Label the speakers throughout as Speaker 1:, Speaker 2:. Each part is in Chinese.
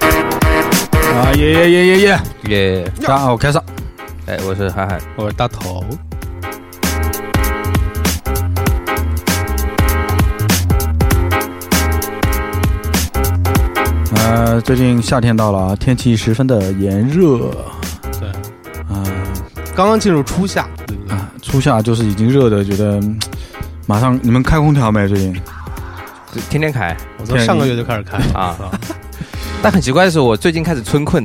Speaker 1: 啊耶耶耶耶耶！
Speaker 2: 耶！
Speaker 1: 大家好，我开始，
Speaker 2: 哎，我是涵涵，
Speaker 1: 我是大头。呃，最近夏天到了啊，天气十分的炎热。
Speaker 3: 对，
Speaker 1: 啊、
Speaker 3: 刚刚进入初夏，对不对？
Speaker 1: 啊，初夏就是已经热的，觉得嗯马上你们开空调没？最近
Speaker 2: 天天开。
Speaker 3: 我从上个月就开始开
Speaker 2: 啊
Speaker 3: 操
Speaker 2: 但很奇怪的是，我最近开始春困。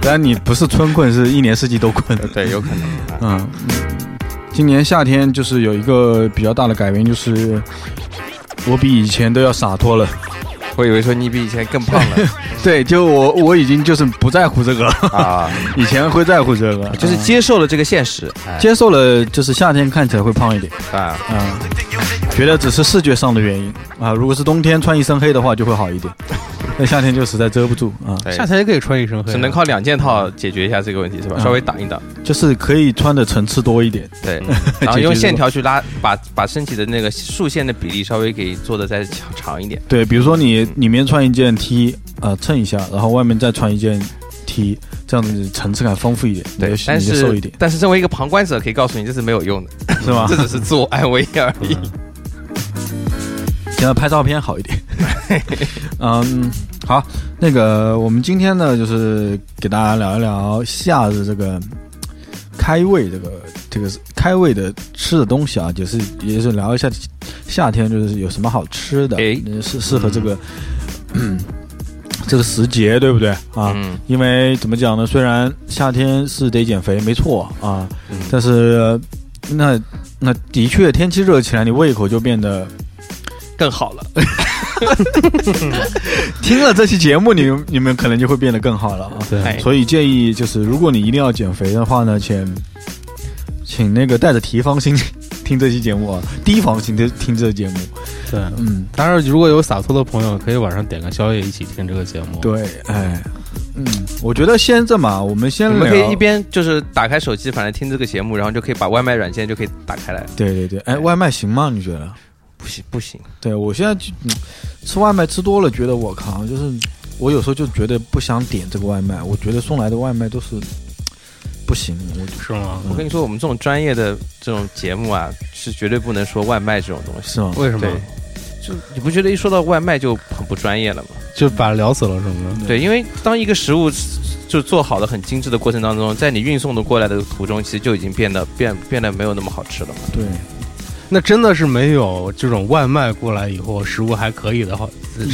Speaker 1: 但你不是春困，是一年四季都困。
Speaker 2: 对，有可能。
Speaker 1: 嗯，今年夏天就是有一个比较大的改变，就是我比以前都要洒脱了。
Speaker 2: 我以为说你比以前更胖了
Speaker 1: 对，就我我已经就是不在乎这个了，
Speaker 2: 啊，
Speaker 1: 以前会在乎这个，
Speaker 2: 就是
Speaker 1: 嗯
Speaker 2: 接受了这个现实。哎
Speaker 1: 接受了，就是夏天看起来会胖一点，
Speaker 2: 啊，
Speaker 1: 啊、觉得只是视觉上的原因啊。如果是冬天穿一身黑的话，就会好 一点，但夏天就实在遮不住啊，
Speaker 2: 对
Speaker 3: 夏天也可以穿一身黑，
Speaker 2: 只能靠两件套解决一下这个问题，是吧？
Speaker 1: 嗯
Speaker 2: 稍微挡一挡，
Speaker 1: 就是可以穿的层次多一点。
Speaker 2: 对，然后用
Speaker 1: 解决这个
Speaker 2: 线条去拉，把把身体的那个竖线的比例稍微给做的再长长一点。
Speaker 1: 对，比如说你里面穿一件 T，啊、衬一下，然后外面再穿一件 T，这样子层次感丰富一点，你
Speaker 2: 对
Speaker 1: 就，
Speaker 2: 但
Speaker 1: 你就瘦一
Speaker 2: 是
Speaker 1: 点，啊
Speaker 2: 但是作为一个旁观者，可以告诉你这是没有用的，
Speaker 1: 是吧
Speaker 2: 这？只是自我安慰而已。
Speaker 1: 现在拍照片好一点。 嗯，好，那个我们今天呢，就是给大家聊一聊夏日这个开胃，这个这个开胃的吃的东西啊，就是也是聊一下夏天就是有什么好吃的，
Speaker 2: 哎
Speaker 1: 嗯适适合这个、嗯、这个时节，对不对啊？
Speaker 2: 嗯，
Speaker 1: 因为怎么讲呢？虽然夏天是得减肥，没错啊，
Speaker 2: 嗯
Speaker 1: 但是呃那那的确天气热起来，你胃口就变得
Speaker 3: 更好了。
Speaker 1: 听了这期节目，你们你们可能就会变得更好了啊。
Speaker 2: 哎
Speaker 3: 对，
Speaker 1: 所以建议就是，如果你一定要减肥的话呢，请请那个带着提防心 听这期节目啊，提防心的听这期节目。
Speaker 3: 对。
Speaker 1: 嗯，
Speaker 3: 当然，如果有洒脱的朋友，可以晚上点个宵夜一起听这个节目。，
Speaker 1: 对，哎，嗯，我觉得先这么啊，我们先
Speaker 2: 你
Speaker 1: 聊，
Speaker 2: 们可以一边就是打开手机，反正听这个节目，然后就可以把外卖软件就可以打开来。
Speaker 1: 对对对，哎，外卖行吗？你觉得？
Speaker 2: 不行不行，
Speaker 1: 对我现在就、嗯吃外卖吃多了，觉得我靠，就是我有时候就觉得不想点这个外卖，我觉得送来的外卖都是不行，我就是
Speaker 3: 吗？
Speaker 2: 我跟你说，我们这种专业的这种节目啊，是绝对不能说外卖这种东西。
Speaker 1: 是吗？
Speaker 3: 为什么
Speaker 2: 对？就你不觉得一说到外卖就很不专业了吗？
Speaker 3: 就把聊死了是吗？
Speaker 1: 嗯
Speaker 2: 对，因为当一个食物就做好的很精致的过程当中，在你运送的过来的途中，其实就已经变得变变得没有那么好吃了嘛。
Speaker 1: 对。
Speaker 3: 那真的是没有这种外卖过来以后食物还可以的话，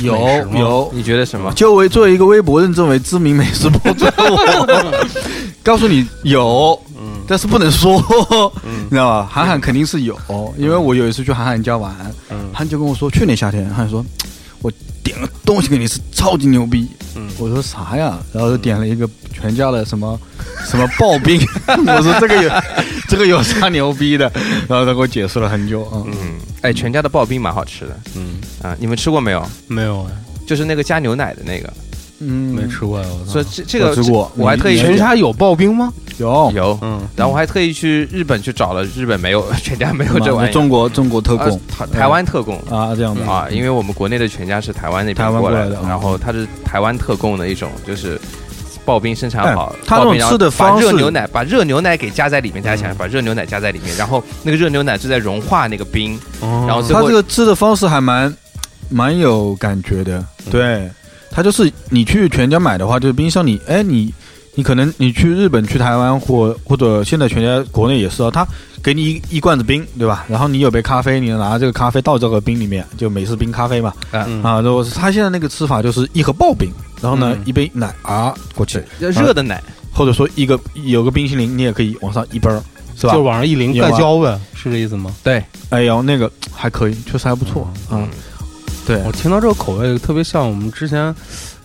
Speaker 1: 有
Speaker 3: 美食吗
Speaker 1: 有，
Speaker 2: 你觉得什么？
Speaker 1: 就为作为一个微博认证为知名美食博主，告诉你有，但是不能说，你知道吧？涵涵肯定是有，因为我有一次去涵涵家玩，
Speaker 3: 嗯
Speaker 1: 涵就跟我说，去年夏天，涵说我点了东西给你吃，超级牛逼。我说啥呀？然后就点了一个全家的什么什么刨冰， 我说这个有这个有啥牛逼的？然后他给我解释了很久啊。
Speaker 2: 嗯，哎，全家的刨冰蛮好吃的
Speaker 3: 嗯，
Speaker 2: 啊，你们吃过没有？
Speaker 3: 没有哎，
Speaker 2: 就是那个加牛奶的那个。
Speaker 1: 嗯，
Speaker 3: 没吃过哎，我操
Speaker 2: 所以这这个
Speaker 1: 我吃过
Speaker 2: 我还特意
Speaker 1: 你
Speaker 3: 全家有刨冰吗？
Speaker 1: 有
Speaker 2: 有，
Speaker 3: 嗯，
Speaker 2: 然后我还特意去日本去找了，日本没有， 全家没有这玩意儿。
Speaker 1: 中国中国特供嗯
Speaker 2: 啊台台湾特供
Speaker 1: 啊，这样的
Speaker 2: 啊，因为我们国内的全家是台湾那
Speaker 1: 台
Speaker 2: 边
Speaker 1: 湾过
Speaker 2: 来
Speaker 1: 来的啊
Speaker 2: 然后它是台湾特供的一种，就是刨冰生产好
Speaker 1: 哎，它
Speaker 2: 刨
Speaker 1: 那种
Speaker 2: 冰然后
Speaker 1: 吃的方式嗯
Speaker 2: 把热牛奶把热牛奶给加在里面，大家想想把热牛奶加在里面，然后那个热牛奶就在融化那个冰，
Speaker 3: 然
Speaker 2: 然后最
Speaker 1: 他
Speaker 2: 后
Speaker 1: 哦这个吃的方式还蛮蛮有感觉的，
Speaker 2: 嗯
Speaker 1: 对，他就是你去全家买的话，就是冰箱里，哎，你你可能你去日本、去台湾或或者现在全家国内也是啊，他给你一一罐子冰，对吧？然后你有杯咖啡，你拿这个咖啡倒这个冰里面，就美式冰咖啡嘛，
Speaker 3: 嗯
Speaker 1: 啊，然后他现在那个吃法就是一盒刨冰，然后呢
Speaker 3: 嗯
Speaker 1: 一杯奶啊过去，
Speaker 2: 热的奶嗯
Speaker 1: 或者说一个有个冰淇淋，你也可以往上一杯儿，是吧
Speaker 3: 就？往上一淋
Speaker 1: 有啊
Speaker 3: 盖浇呗，是这意思吗？
Speaker 2: 对，
Speaker 1: 哎呦，那个还可以，确实还不错啊。对，。
Speaker 3: 我听到这个口味特别像我们之前，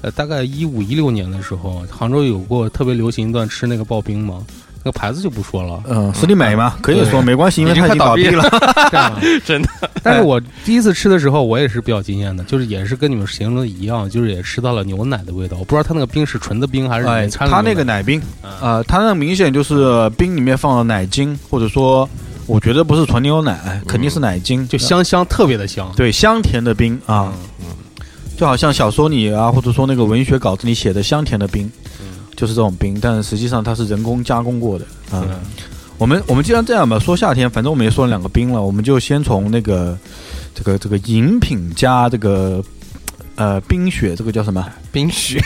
Speaker 3: 呃，大概一五一六年的时候，杭州有过特别流行一段吃那个刨冰嘛，那个牌子就不说了
Speaker 1: 嗯，斯利美嘛，可以说没关系，因为它已经倒闭了。
Speaker 3: 这样啊
Speaker 2: 真的。
Speaker 1: 哎
Speaker 3: 但是我第一次吃的时候，我也是比较惊艳的，就是也是跟你们形容的一样，就是也吃到了牛奶的味道。我不知道它那个冰是纯的冰还是
Speaker 1: 哎，
Speaker 3: 里面掺了
Speaker 1: 它那
Speaker 3: 牛
Speaker 1: 个
Speaker 3: 奶
Speaker 1: 奶冰，
Speaker 3: 啊
Speaker 1: 呃，它那明显就是冰里面放了奶精，或者说，我觉得不是纯牛奶，哎肯定是奶精，
Speaker 3: 就香香，特别的香。
Speaker 1: 对香甜的冰啊，就好像小说里啊，或者说那个文学稿子里写的香甜的冰，就是这种冰，但实际上它是人工加工过的啊。
Speaker 3: 嗯
Speaker 1: 我们我们既然这样吧，说夏天，反正我们也说了两个冰了，我们就先从那个这个这个饮品加这个呃冰雪，这个叫什么？
Speaker 2: 冰 雪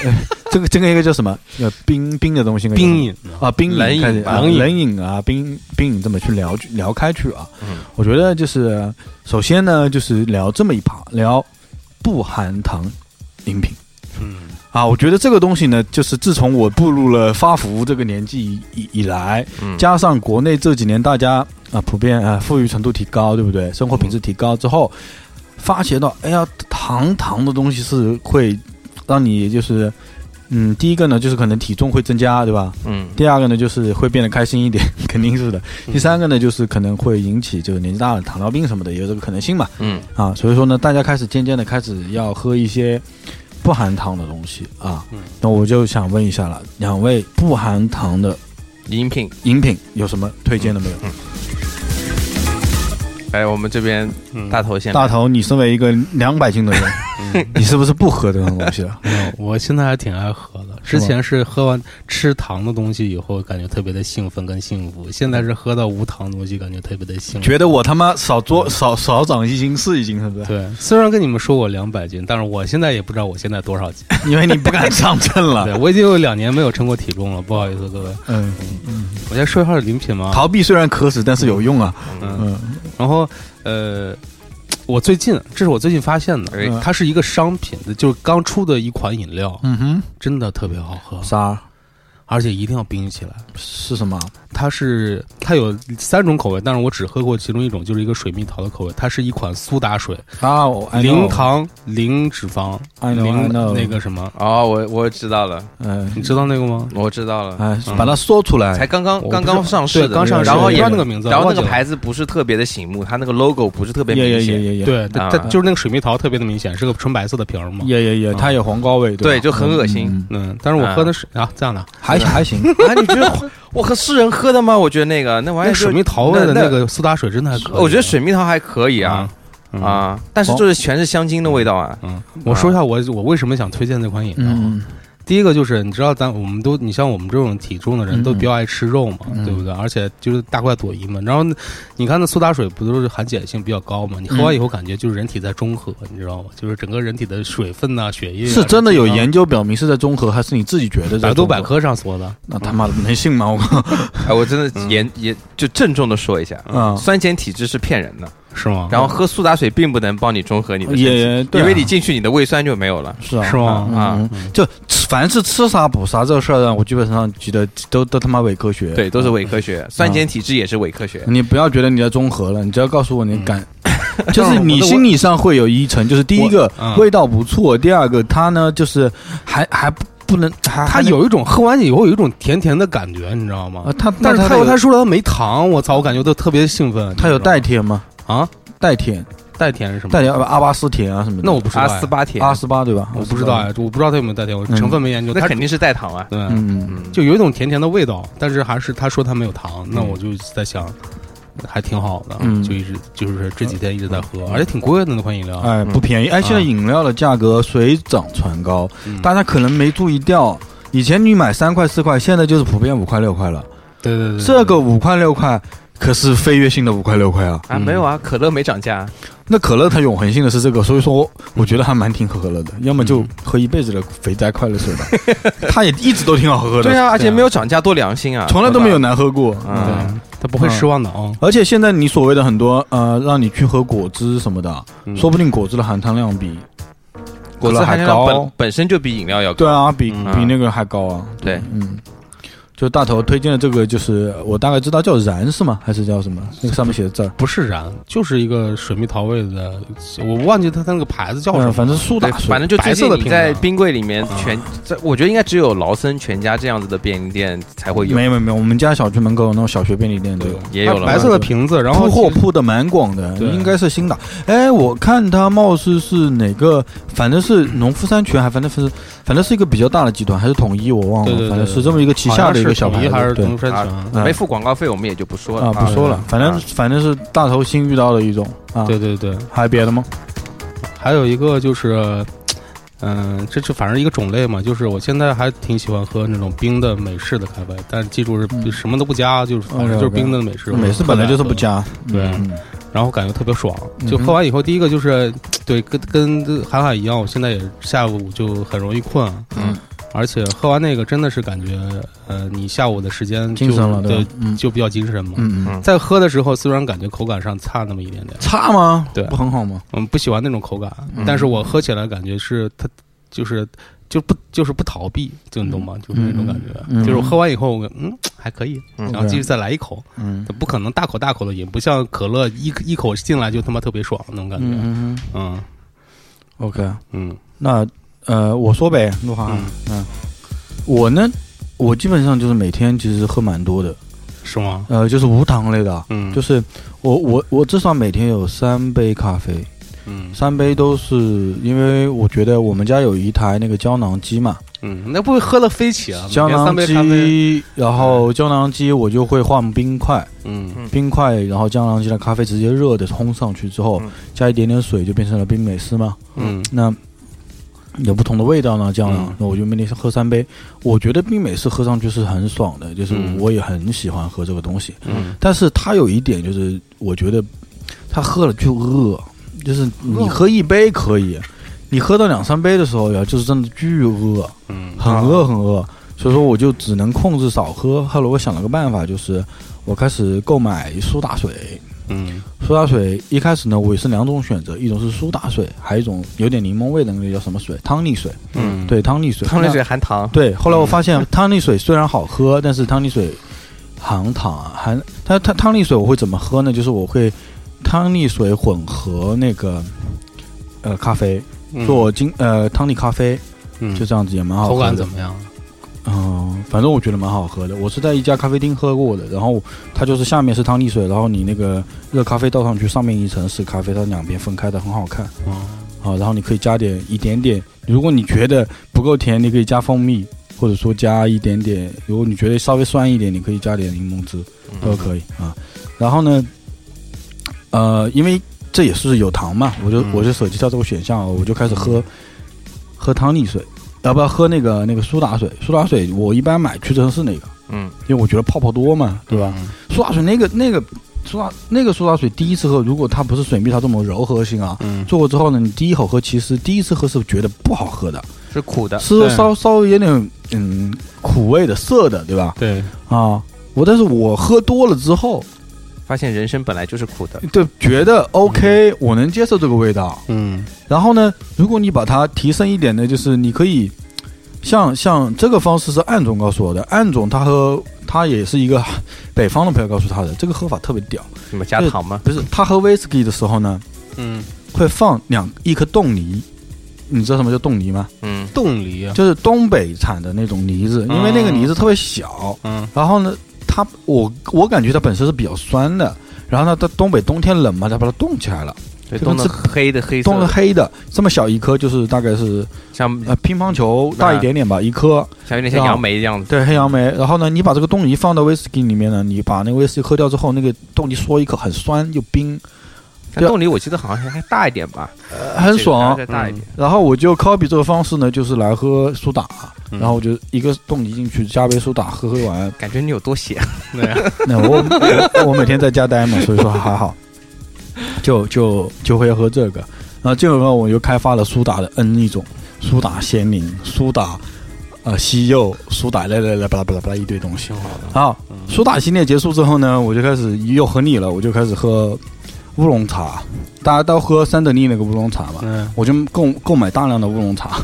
Speaker 1: 这个这个应该叫什么？呃，冰冰的东西应该叫什么，
Speaker 3: 冰饮呢
Speaker 1: 啊，冰饮
Speaker 2: 冷饮
Speaker 1: 开始
Speaker 2: 吧
Speaker 1: 啊
Speaker 3: 冷饮
Speaker 1: 冷饮啊，冰冰饮这么去聊去聊开去啊。
Speaker 2: 嗯
Speaker 1: 我觉得就是首先呢，就是聊这么一趴，聊不含糖饮品
Speaker 3: 嗯，
Speaker 1: 啊。我觉得这个东西呢，就是自从我步入了发福这个年纪以以来，
Speaker 2: 嗯
Speaker 1: 加上国内这几年大家啊普遍啊富裕程度提高，对不对？生活
Speaker 2: 嗯
Speaker 1: 品质提高之后，发觉到哎呀，糖糖的东西是会让你就是。嗯，第一个呢，就是可能体重会增加，对吧？
Speaker 2: 嗯
Speaker 1: 第二个呢，就是会变得开心一点， 肯定是的。第三个呢，就是可能会引起就是年纪大了糖尿病什么的，也有这个可能性嘛。
Speaker 2: 嗯
Speaker 1: 啊，所以说呢，大家开始渐渐的开始要喝一些不含糖的东西啊。
Speaker 3: 嗯
Speaker 1: 那我就想问一下了，两位不含糖的
Speaker 2: 饮品。
Speaker 1: 饮品有什么推荐的没有？
Speaker 2: 哎，我们这边
Speaker 3: 嗯
Speaker 2: 大头先来
Speaker 1: 大头，你身为一个两百斤的人， 你是不是不喝这种东西啊了？
Speaker 3: 没有，我现在还挺爱喝的。
Speaker 1: 是
Speaker 3: 之
Speaker 1: 吗
Speaker 3: 前是喝完吃糖的东西以后，感觉特别的兴奋跟幸福；现在是喝到无糖的东西，感觉特别的幸福。
Speaker 1: 觉得我他妈少多少少长一斤是一斤，是不是？
Speaker 3: 对，虽然跟你们说我两百斤，但是我现在也不知道我现在多少斤。
Speaker 1: 因为你不敢上秤
Speaker 3: 对
Speaker 1: 了。
Speaker 3: 我已经有两年没有称过体重了，不好意思各位。
Speaker 1: 嗯，
Speaker 3: 我先说一下饮品嘛，
Speaker 1: 逃避虽然可耻，但是有用啊。嗯
Speaker 3: 然后呃，我最近这是我最近发现的，
Speaker 2: 哎
Speaker 3: 它是一个商品，就是刚出的一款饮料，
Speaker 1: 嗯哼，
Speaker 3: 真的特别好喝，
Speaker 1: 啥？
Speaker 3: 而且一定要冰起来。
Speaker 1: 是什么？
Speaker 3: 它是它有三种口味，但是我只喝过其中一种，就是一个水蜜桃的口味。它是一款苏打水，
Speaker 1: 啊，我
Speaker 3: 零，糖、零脂肪、
Speaker 1: I know,
Speaker 3: 零
Speaker 1: I know
Speaker 3: 那个什么，
Speaker 2: 哦，我我知道了，
Speaker 1: 嗯，
Speaker 3: 你知道那个吗？
Speaker 2: 我知道了，
Speaker 1: 哎，
Speaker 3: 嗯
Speaker 1: 把它说出来
Speaker 2: 才。刚刚
Speaker 3: 我不
Speaker 2: 刚
Speaker 3: 知道
Speaker 2: 刚上市的那
Speaker 3: 对，
Speaker 2: 个，
Speaker 3: 刚上市，
Speaker 2: 然后
Speaker 3: 我不
Speaker 2: 也
Speaker 3: 知道那个名字，
Speaker 2: 然后那
Speaker 3: 忘记
Speaker 2: 个
Speaker 3: 了
Speaker 2: 牌子不是特别的醒目，它那个 logo 不是特别
Speaker 1: 也也
Speaker 2: 明
Speaker 1: 也
Speaker 2: 显，
Speaker 1: 也也
Speaker 3: 对，它它
Speaker 2: 啊
Speaker 3: 就是那个水蜜桃特别的明显，是个纯白色的瓶儿嘛。
Speaker 1: 也也也，它有黄瓜味，吧
Speaker 2: 对就很恶心
Speaker 1: 嗯嗯
Speaker 3: 嗯，但是我喝的是啊，这样的，
Speaker 1: 还还行。
Speaker 2: 啊，你觉得我靠是人喝的吗？我觉得那个那玩意
Speaker 3: 那
Speaker 2: 儿就
Speaker 3: 水蜜桃味的
Speaker 2: 那
Speaker 3: 那个苏打水真的还可以。
Speaker 2: 我觉得水蜜桃还可以啊
Speaker 3: 嗯啊，
Speaker 2: 啊，但是就是全是香精的味道啊。
Speaker 3: 嗯，我说一下我我为什么想推荐这款饮料啊。
Speaker 1: 嗯，
Speaker 3: 第一个就是你知道咱我们都你像我们这种体重的人都比较爱吃肉嘛，对不对？而且就是大快朵颐嘛。然后你看那苏打水不都是含碱性比较高嘛？你喝完以后感觉就是人体在中和，你知道吗？就是整个人体的水分呐、血液啊、
Speaker 1: 是真的有
Speaker 3: 这些啊
Speaker 1: 研。究表明是在中和，还是你自己觉得？
Speaker 3: 百度百，科上说的，
Speaker 1: 那他妈的能信吗？我靠！
Speaker 2: 哎，我真的
Speaker 3: 嗯
Speaker 2: 严严就郑重的说一下，
Speaker 1: 啊，
Speaker 2: 酸碱体质是骗人的，
Speaker 3: 是吗？
Speaker 2: 然后喝苏打水并不能帮你中和你的身
Speaker 1: 也
Speaker 2: 体，
Speaker 1: 也对啊，
Speaker 2: 因为你进去你的胃酸就没有了。
Speaker 1: 是啊
Speaker 3: 是吗？
Speaker 2: 啊
Speaker 1: 嗯，就吃凡是吃啥补啥这个事儿啊，我基本上觉得都都他妈伪科学。
Speaker 2: 对，都是伪科
Speaker 3: 嗯
Speaker 2: 学，酸碱体质也是伪科学。
Speaker 1: 你不要觉得你在中和了，你只要告诉我你
Speaker 3: 嗯
Speaker 1: 感， 就是你心理上会有一层，就是第一个
Speaker 3: 我嗯
Speaker 1: 味道不错，第二个它呢就是还还不不能，还
Speaker 3: 它
Speaker 1: 还能
Speaker 3: 有一种喝完以后有一种甜甜的感觉，你知道吗
Speaker 1: 啊？它，
Speaker 3: 但是
Speaker 1: 那
Speaker 3: 他
Speaker 1: 它
Speaker 3: 又
Speaker 1: 有
Speaker 3: 他说了他没糖，我操，我感觉都特别兴奋。
Speaker 1: 它有
Speaker 3: 代
Speaker 1: 代甜吗？
Speaker 3: 啊，
Speaker 1: 代甜
Speaker 3: 代甜是什么？
Speaker 1: 代甜阿巴斯甜啊什么的，
Speaker 3: 那我不知道
Speaker 2: 阿
Speaker 3: 呀，
Speaker 2: 斯巴甜，
Speaker 1: 阿斯巴对吧？
Speaker 3: 我不知道啊
Speaker 1: 阿斯
Speaker 3: 呀，我不知道他有没有代甜，我
Speaker 1: 嗯
Speaker 3: 成分没研究。
Speaker 2: 那
Speaker 3: 它
Speaker 2: 肯定是代糖啊。
Speaker 3: 对，
Speaker 1: 巴，嗯嗯，
Speaker 2: 嗯，
Speaker 3: 就有一种甜甜的味道，但是还是他说他没有糖，那我就在想，还挺好的，
Speaker 1: 嗯
Speaker 3: 就一直就是这几天一直在喝，而且挺贵的那款饮料。
Speaker 1: 哎，不便宜。哎，现在饮料的价格水涨船高，
Speaker 3: 嗯
Speaker 1: 大家可能没注意掉。以前你买三块四块，现在就是普遍五块六块了。
Speaker 3: 对对对对，
Speaker 1: 这个五块六块可是飞跃性的五块六块啊！
Speaker 2: 啊，没有啊，可乐没涨价，
Speaker 1: 那可乐它永恒性的是这个，所以说
Speaker 2: 嗯
Speaker 1: 我觉得还蛮挺可乐的，要么就喝一辈子的肥宅快乐水吧，它也一直都挺好喝的，
Speaker 2: 对啊，而且没有涨价，多良心啊，
Speaker 1: 从来都没有难喝过。
Speaker 2: 对
Speaker 3: 对
Speaker 2: 吧。嗯，
Speaker 3: 他不会失望的啊。
Speaker 1: 而且现在你所谓的很多呃，让你去喝果汁什么的，
Speaker 3: 嗯
Speaker 1: 说不定果汁的含糖量比
Speaker 2: 果汁
Speaker 1: 可乐还
Speaker 2: 含量
Speaker 1: 高
Speaker 2: 本本身就比饮料要高。
Speaker 1: 对啊，比
Speaker 2: 嗯
Speaker 1: 比那个还高啊。
Speaker 2: 对，
Speaker 1: 嗯，就大头推荐的这个，就是我大概知道叫燃是吗？还是叫什么？那个上面写的字儿，
Speaker 3: 不是燃，就是一个水蜜桃味的，我忘记它那个牌子叫什
Speaker 1: 嗯，
Speaker 3: 么，
Speaker 1: 反正苏打
Speaker 2: 对，
Speaker 1: 水，
Speaker 2: 反正就最
Speaker 3: 白色
Speaker 2: 近
Speaker 3: 的
Speaker 2: 你
Speaker 3: 瓶
Speaker 2: 在
Speaker 3: 子啊
Speaker 2: 冰柜里面全，在我觉得应该只有劳森、全家这样子的便利店才会有
Speaker 1: 没，有啊没有没有，我们家小区门口那种小学便利店都有。
Speaker 2: 也有
Speaker 3: 它
Speaker 2: 了
Speaker 3: 白
Speaker 2: 吧。
Speaker 3: 色的瓶子，然后
Speaker 1: 铺货铺的蛮广的，
Speaker 3: 对
Speaker 1: 应该是新的。哎，我看他貌似是哪个，反正是农夫山泉，还反正是反正是一个比较大的集团，还是统一，我忘了，
Speaker 3: 对对对
Speaker 1: 反正是这么一个旗
Speaker 3: 好
Speaker 1: 下
Speaker 3: 像
Speaker 1: 的一个
Speaker 3: 是
Speaker 1: 小
Speaker 3: 统
Speaker 1: 牌
Speaker 3: 一
Speaker 1: 子，
Speaker 3: 还是
Speaker 1: 对
Speaker 3: 农夫山泉
Speaker 1: 嗯
Speaker 2: 没付广告费，我们也就不说了
Speaker 1: 啊，不说了，反正
Speaker 2: 啊
Speaker 1: 反正是大头新遇到的一种啊。
Speaker 3: 对，对对，
Speaker 1: 还有别的吗？
Speaker 3: 还有一个就是，嗯、这就反正一个种类嘛，就是我现在还挺喜欢喝那种冰的美式的咖啡，但是记住
Speaker 1: 嗯
Speaker 3: 是什么都不加，就是反
Speaker 1: OK，OK
Speaker 3: 正就是冰的美式。
Speaker 1: 美式本来就是不
Speaker 3: 加。
Speaker 1: 加，
Speaker 3: 对
Speaker 1: 嗯
Speaker 3: 然后感觉特别爽。
Speaker 1: 嗯哼
Speaker 3: 就喝完以后，第一个就是，对，跟跟韩海一样，我现在也下午就很容易困，
Speaker 1: 嗯，
Speaker 3: 而且喝完那个真的是感觉，呃，你下午的时间就
Speaker 1: 精神了，
Speaker 3: 对
Speaker 1: 吧，？嗯
Speaker 3: 就比较精神嘛。
Speaker 1: 嗯嗯，
Speaker 2: 嗯
Speaker 3: 在喝的时候，虽然感觉口感上差那么一点点，
Speaker 1: 差吗？
Speaker 3: 对
Speaker 1: 不很好吗？
Speaker 3: 嗯，不喜欢那种口感，
Speaker 1: 嗯
Speaker 3: 但是我喝起来感觉是它就是。就不就是不逃避，就你懂吗？就是那种感觉，
Speaker 1: 嗯
Speaker 3: 就是我喝完以后，我嗯还可以，
Speaker 2: 嗯
Speaker 3: 然后继续再来一口，
Speaker 1: 嗯
Speaker 3: 不可能大口大口的饮，不像可乐一一口进来就他妈特别爽那种感觉。
Speaker 1: 嗯嗯
Speaker 3: 嗯
Speaker 1: ，OK，
Speaker 3: 嗯
Speaker 1: 那呃，我说呗，陆航
Speaker 3: 嗯，
Speaker 1: 嗯，我呢，我基本上就是每天其实喝蛮多的，
Speaker 3: 是吗？
Speaker 1: 呃，就是无糖类的啊，
Speaker 3: 嗯，
Speaker 1: 就是我我我至少每天有三杯咖啡，
Speaker 3: 嗯
Speaker 1: 三杯都是因为我觉得我们家有一台那个胶囊机嘛，
Speaker 3: 嗯，那不会喝了飞起啊？
Speaker 1: 胶
Speaker 3: 每天
Speaker 1: 囊
Speaker 3: 三杯咖啡，
Speaker 1: 机，然后胶囊机我就会换冰块，
Speaker 3: 嗯
Speaker 1: 冰块，然后胶囊机的咖啡直接热的烘上去之后
Speaker 2: 嗯，
Speaker 1: 加一点点水就变成了冰美式嘛。
Speaker 3: 嗯
Speaker 1: 那有不同的味道呢，胶囊
Speaker 3: 嗯，
Speaker 1: 那我就每天喝三杯。我觉得冰美式喝上去是很爽的，就是
Speaker 3: 嗯
Speaker 1: 我也很喜欢喝这个东西。
Speaker 3: 嗯
Speaker 1: 但是它有一点就是，我觉得它喝了就饿，就是你喝一杯可以，你喝到两三杯的时候呀，就是真的巨饿，
Speaker 3: 嗯
Speaker 1: 很饿很饿。所以说我就只能控制少喝。后来我想了个办法，就是我开始购买苏打水。
Speaker 3: 嗯
Speaker 1: 苏打水一开始呢，我也是两种选择，一种是苏打水，还有一种有点柠檬味的那个叫什么水，汤力水。
Speaker 3: 嗯，
Speaker 1: 对，汤力水。
Speaker 2: 汤力水含糖，
Speaker 1: 对，后来我发现汤力水虽然好喝，但是汤力水含糖啊，含它它汤力水我会怎么喝呢？就是我会汤力水混合那个呃咖啡，
Speaker 3: 嗯
Speaker 1: 做精呃汤力咖啡，
Speaker 3: 嗯
Speaker 1: 就这样子也蛮好喝
Speaker 3: 口
Speaker 1: 的。
Speaker 3: 感怎么样？
Speaker 1: 嗯，反正我觉得蛮好喝的。我是在一家咖啡厅喝过的，然后它就是下面是汤力水，然后你那个热咖啡倒上去，上面一层是咖啡，它两边分开的，很好看
Speaker 3: 嗯
Speaker 1: 啊。然后你可以加点一点点，如果你觉得不够甜，你可以加蜂蜜，或者说加一点点。如果你觉得稍微酸一点，你可以加点柠檬汁，都可以啊。然后呢，呃，因为这也是有糖嘛，我就、
Speaker 3: 嗯
Speaker 1: 我就舍弃掉这个选项了，我就开始喝、喝汤力水，啊要不要喝那个那个苏打水？苏打水我一般买屈臣氏那个，
Speaker 2: 嗯，
Speaker 1: 因为我觉得泡泡多嘛，对吧？
Speaker 3: 嗯
Speaker 1: 苏打水那个那个苏打那个苏打水第一次喝，如果它不是水蜜桃这么柔和性啊。
Speaker 3: 嗯
Speaker 1: 做过之后呢，你第一口喝，其实第一次喝是觉得不好喝的，
Speaker 2: 是苦的，
Speaker 1: 是
Speaker 3: 呃对
Speaker 1: 稍稍微有点嗯苦味的、涩的，对吧？
Speaker 3: 对，
Speaker 1: 啊，我但是我喝多了之后，
Speaker 2: 发现人生本来就是苦的，
Speaker 1: 对，觉得 OK，、我能接受这个味道。
Speaker 3: 嗯
Speaker 1: 然后呢，如果你把它提升一点呢，就是你可以像像这个方式是暗总告诉我的，暗总他喝他也是一个 北方的朋友告诉他的，这个喝法特别屌，
Speaker 2: 你们加糖吗？
Speaker 1: 不是他喝 whisky 的时候呢，
Speaker 3: 嗯，
Speaker 1: 会放两一颗冻梨。你知道什么叫冻梨吗？
Speaker 2: 嗯，
Speaker 3: 冻梨，
Speaker 1: 就是东北产的那种梨子，因为那个梨子特别小，
Speaker 3: 嗯
Speaker 1: 然后呢，它我我感觉它本身是比较酸的，然后呢，它东北冬天冷嘛，它把它冻起来了，
Speaker 2: 对，
Speaker 1: 就跟
Speaker 2: 冻的黑的黑色
Speaker 1: 冻了
Speaker 2: 的，
Speaker 1: 黑的，这么小一颗就是大概是
Speaker 2: 像
Speaker 1: 呃乒乓球大一点点吧，一颗
Speaker 2: 像有点像杨梅这样子，
Speaker 1: 对黑啊杨梅。然后呢，你把这个冻梨放到威士忌里面呢，你把那个威士忌喝掉之后，那个冻梨缩一口，很酸又冰，
Speaker 2: 但冻梨我记得好像还大一点吧，
Speaker 1: 呃啊很爽
Speaker 2: 这。个大概再大一点，
Speaker 1: 然后我就 copy 这个方式呢，就是来喝苏打，
Speaker 3: 嗯
Speaker 1: 然后我就一个冻梨进去，加杯苏打喝喝完。
Speaker 2: 感觉你有多闲，
Speaker 3: 对呀，
Speaker 1: 那我我我每天在家待嘛，所以说还好，就就就会喝这个。然后这个呢，我又开发了苏打的 N 一种，苏打鲜柠、苏打呃西柚、苏打来来来巴拉巴拉巴拉一堆东西。
Speaker 3: 挺好的。
Speaker 1: 好
Speaker 3: 嗯，
Speaker 1: 苏打系列结束之后呢，我就开始又喝腻了，我就开始喝乌龙茶。大家都喝三得利那个乌龙茶嘛，
Speaker 3: 嗯
Speaker 1: 我就购购买大量的乌龙茶，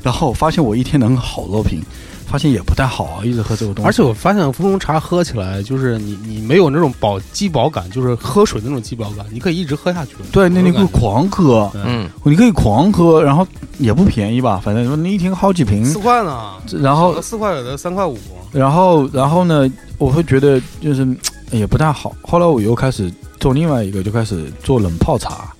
Speaker 1: 然后发现我一天能喝好多瓶，发现也不太好啊，一直喝这个东西。
Speaker 3: 而且我发现乌龙茶喝起来，就是你你没有那种饱饥饱感，就是喝水那种饥饱感，你可以一直喝下去。
Speaker 1: 对，那你可以
Speaker 3: 个
Speaker 1: 狂喝，
Speaker 2: 嗯，
Speaker 1: 你可以狂喝，然后也不便宜吧，反正你一听好几瓶，
Speaker 3: 四块呢，
Speaker 1: 然后
Speaker 3: 四块有的三块五。
Speaker 1: 然后，然后呢，我会觉得就是哎也不太好。后来我又开始做另外一个，就开始做冷泡茶，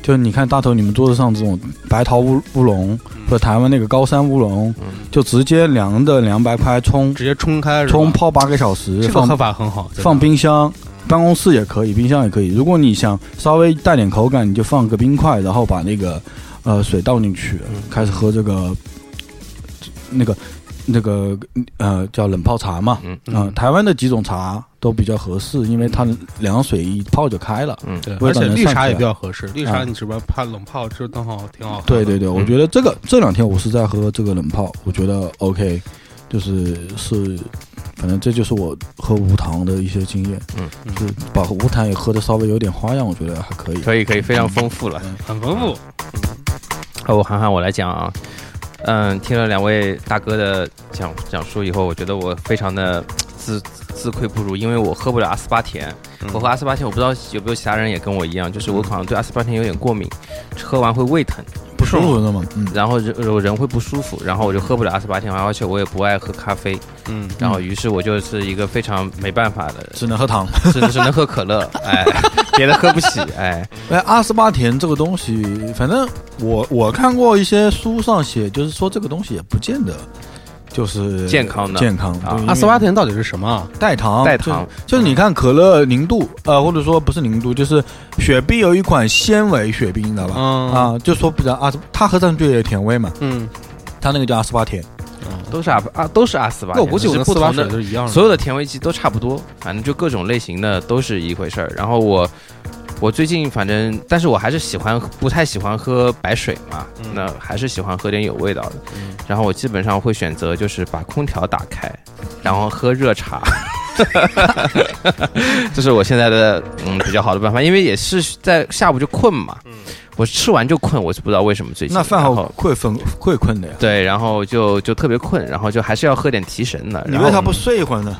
Speaker 1: 就是你看大头你们桌子上这种白桃乌乌龙
Speaker 3: 嗯
Speaker 1: 或者台湾那个高山乌龙，就直接凉的两百块冲
Speaker 3: 直接冲开，是吧
Speaker 1: 冲泡八个小时，
Speaker 3: 这个
Speaker 1: 放
Speaker 3: 喝法很好，真的
Speaker 1: 放冰箱，办公室也可以，冰箱也可以。如果你想稍微带点口感，你就放个冰块，然后把那个呃水倒进去，
Speaker 2: 嗯
Speaker 1: 开始喝这个那个那个呃叫冷泡茶嘛。啊
Speaker 2: 嗯
Speaker 3: 嗯
Speaker 1: 台湾的几种茶都比较合适，因为它凉水一泡就开了。
Speaker 3: 对，
Speaker 1: 味
Speaker 3: 而
Speaker 1: 道
Speaker 3: 且
Speaker 1: 能
Speaker 3: 绿
Speaker 1: 上
Speaker 3: 茶
Speaker 1: 去
Speaker 3: 也
Speaker 1: 啊
Speaker 3: 比较合适，绿
Speaker 1: 啊
Speaker 3: 茶你只不过怕冷泡，这刚好挺好喝
Speaker 1: 对
Speaker 3: 的。
Speaker 1: 对
Speaker 2: 嗯
Speaker 1: 对，我觉得这个这两天我是在喝这个冷泡，我觉得 OK，就是是，反正这就是我喝无糖的一些经验。
Speaker 2: 嗯，
Speaker 1: 就是把无糖也喝的稍微有点花样，我觉得还可以。
Speaker 2: 可以可以，非常丰富了。
Speaker 3: 很丰富。
Speaker 2: 哦，我涵涵，我来讲啊，嗯，听了两位大哥的讲讲述以后，我觉得我非常的自自愧不如，因为我喝不了阿斯巴甜。我喝阿斯巴甜，我不知道有没有其他人也跟我一样，就是我好像对阿斯巴甜有点过敏，喝完会胃疼，
Speaker 1: 不舒服的嘛，嗯，
Speaker 2: 然后人我人会不舒服，然后我就喝不了阿斯巴甜，而且我也不爱喝咖啡，
Speaker 3: 嗯，
Speaker 2: 然后于是我就是一个非常没办法的，
Speaker 1: 只能喝糖。
Speaker 2: 只只能喝可乐，哎， 别的喝不起，哎，
Speaker 1: 哎，阿斯巴甜这个东西，反正我我看过一些书上写，就是说这个东西也不见得就是
Speaker 2: 健康的
Speaker 1: 健康
Speaker 2: 啊
Speaker 1: 对
Speaker 3: 阿斯巴甜到底是什么啊？
Speaker 1: 代糖，
Speaker 2: 代糖
Speaker 1: 就就是你看可乐零度，呃，或者说不是零度，就是雪碧有一款纤维雪碧，你知道吧？
Speaker 3: 嗯
Speaker 1: 啊，就说比较阿斯，它喝上去也甜味嘛，
Speaker 3: 嗯，
Speaker 1: 它那个叫阿斯巴甜。
Speaker 2: 都是阿啊都是阿斯巴
Speaker 3: 那
Speaker 2: 甜，
Speaker 3: 我估
Speaker 2: 只
Speaker 3: 计我
Speaker 2: 是
Speaker 3: 跟
Speaker 2: 不
Speaker 3: 四八
Speaker 2: 同
Speaker 3: 水
Speaker 2: 的
Speaker 3: 都是一样的。
Speaker 2: 所有的甜味剂都差不多，反正就各种类型的都是一回事儿。然后我，我最近反正，但是我还是喜欢，不太喜欢喝白水嘛，
Speaker 1: 嗯
Speaker 2: 那还是喜欢喝点有味道的。然后我基本上会选择就是把空调打开，
Speaker 1: 嗯
Speaker 2: 然后喝热茶。 这是我现在的嗯比较好的办法，因为也是在下午就困嘛，我吃完就困，我是不知道为什么最近。
Speaker 1: 嗯那饭
Speaker 2: 然
Speaker 1: 后会分会困的呀。
Speaker 2: 对，然后就就特别困，然后就还是要喝点提神的。
Speaker 1: 你
Speaker 2: 然
Speaker 1: 为
Speaker 2: 后
Speaker 1: 啥不睡一会儿呢？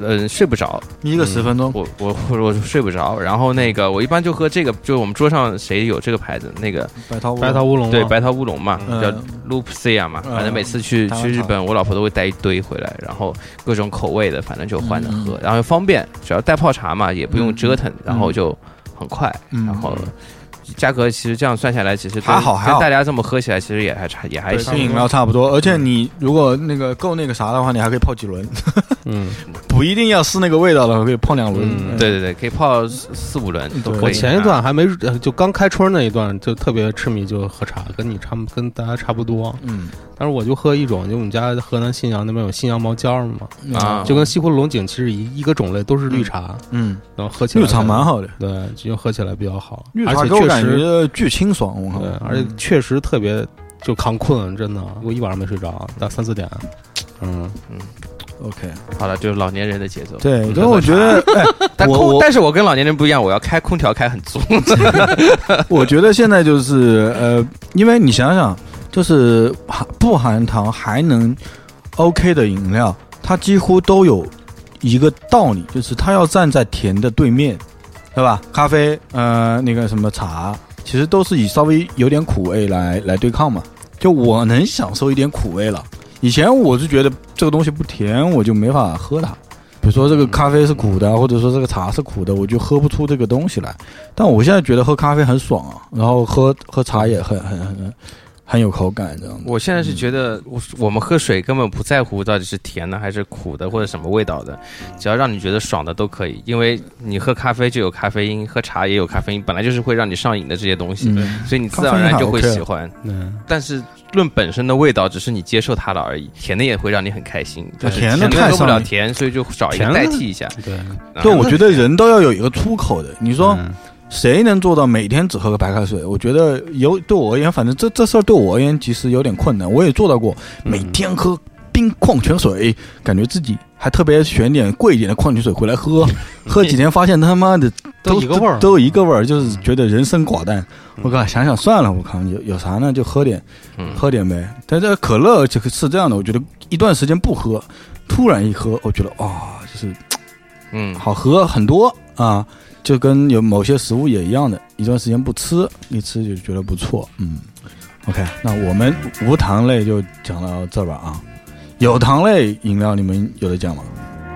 Speaker 2: 嗯睡不着，
Speaker 1: 眯个十分钟，
Speaker 2: 我我我我睡不着，然后那个我一般就喝这个，就是我们桌上谁有这个牌子，那个
Speaker 1: 白桃乌龙
Speaker 3: 嗯白桃乌龙
Speaker 2: 对
Speaker 3: 吗
Speaker 2: 白桃乌龙嘛，
Speaker 1: 哦嗯
Speaker 2: 叫 Lupsia 嘛，
Speaker 1: 嗯
Speaker 2: 反正每次去
Speaker 1: 台湾
Speaker 2: 去日
Speaker 1: 茶
Speaker 2: 本，我老婆都会带一堆回来，然后各种口味的，反正就换着
Speaker 1: 嗯
Speaker 2: 喝，然后又方便，只要带泡茶嘛，也不用折腾，然后就很快，
Speaker 1: 嗯
Speaker 2: 然后。价格其实这样算下来，其实跟
Speaker 1: 还好还好
Speaker 2: 跟大家这么喝起来，其实也还差，也还
Speaker 1: 对
Speaker 2: 行
Speaker 1: 跟。饮料差不多，而且你如果那个够那个啥的话，你还可以泡几轮，
Speaker 3: 嗯，
Speaker 1: 不一定要是那个味道的，可以泡两轮。哎
Speaker 3: 嗯
Speaker 2: 对对对，可以泡四四五轮都
Speaker 1: 对
Speaker 2: 可以。啊
Speaker 3: 我前一段还没呃就刚开春那一段就特别痴迷，就喝茶，跟你差不跟大家差不多。
Speaker 1: 嗯
Speaker 3: 但是我就喝一种，就我们家河南信阳那边有信阳毛尖儿嘛，
Speaker 2: 啊，
Speaker 3: 就跟西湖龙井其实一一个种类，都是绿茶，
Speaker 1: 嗯，
Speaker 3: 然后喝起来
Speaker 1: 绿茶蛮。好的，
Speaker 3: 对，就喝起来比较好，
Speaker 1: 绿
Speaker 3: 而
Speaker 1: 茶
Speaker 3: 且
Speaker 1: 给我
Speaker 3: 确
Speaker 1: 感
Speaker 3: 实
Speaker 1: 觉嗯巨清爽，我靠
Speaker 3: 对，，而且确实特别就扛困，真的，我一晚上没睡着，到三四点。嗯，
Speaker 1: OK，
Speaker 2: 好了，就是老年人的节奏。嗯
Speaker 1: 对，因
Speaker 2: 喝
Speaker 1: 为我
Speaker 2: 茶
Speaker 1: 觉 得，哎，
Speaker 2: 但
Speaker 1: 我
Speaker 2: 空，
Speaker 1: 我
Speaker 2: 但是我跟老年人不一样，我要开空调开很足。
Speaker 1: 我觉得现在就是呃，因为你想想，就是含不含糖还能 OK 的饮料，它几乎都有一个道理，就是它要站在甜的对面，对吧？咖啡，呃，那个什么茶，其实都是以稍微有点苦味来来对抗嘛。就我能享受一点苦味了，以前我是觉得这个东西不甜，我就没法喝它。比如说这个咖啡是苦的，或者说这个茶是苦的，我就喝不出这个东西来。但我现在觉得喝咖啡很爽啊，然后喝喝茶也很很很很有口感，这样子。
Speaker 2: 我现在是觉得，我我们喝水根本不在乎到底是甜的还是苦的或者什么味道的，只要让你觉得爽的都可以，因为你喝咖啡就有咖啡因，喝茶也有咖啡因，本来就是会让你上瘾的这些东西，
Speaker 1: 嗯，
Speaker 2: 所以你自然而然就会喜欢。
Speaker 3: 嗯，
Speaker 2: 但是论本身的味道，只是你接受它了而已，甜的也会让你很开心，
Speaker 1: 对
Speaker 2: 但是
Speaker 1: 甜的
Speaker 2: 的
Speaker 1: 太
Speaker 2: 喝不
Speaker 1: 上
Speaker 2: 了
Speaker 1: 瘾
Speaker 2: 甜，所以就找一个
Speaker 3: 甜的
Speaker 2: 代替一下。
Speaker 3: 对，
Speaker 2: 嗯
Speaker 1: 对，我觉得人都要有一个出口的。你说
Speaker 3: 嗯
Speaker 1: 谁能做到每天只喝个白开水？我觉得有对我而言，反正这这事儿对我而言其实有点困难。我也做到过，每天喝冰矿泉水，感觉自己还特别选点贵一点的矿泉水回来 喝，喝几天发现他妈的
Speaker 3: 都一个味儿嗯
Speaker 1: 都一个味儿，就是觉得人生寡淡。我靠，想想算了，我靠，有有啥呢？就喝点
Speaker 2: 嗯，
Speaker 1: 喝点呗。但这可乐就是这样的，我觉得一段时间不喝，突然一喝，我觉得啊、就是
Speaker 2: 嗯，
Speaker 1: 好喝很多啊。就跟有某些食物也一样的，一段时间不吃，一吃就觉得不错。嗯，OK，那我们无糖类就讲到这儿吧啊。有糖类饮料你们有的讲吗？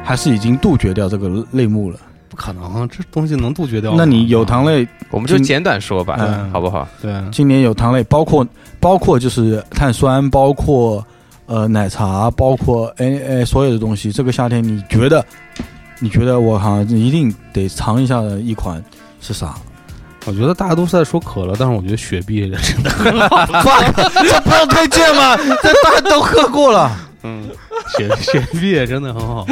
Speaker 1: 还是已经杜绝掉这个类目了？
Speaker 3: 不可能啊，这东西能杜绝掉吗？
Speaker 1: 那你有糖类，
Speaker 2: 我们就简短说吧，
Speaker 1: 嗯
Speaker 2: 好不好？
Speaker 3: 对啊，
Speaker 1: 今年有糖类，包括包括就是碳酸，包括呃奶茶，包括哎哎所有的东西。这个夏天你觉得，你觉得我好像一定得尝一下的一款是啥？
Speaker 3: 我觉得大家都是在说可乐，但是我觉得雪碧真的
Speaker 1: 这不要推荐 吗？这大家都喝过了。
Speaker 3: 嗯雪雪碧真的很好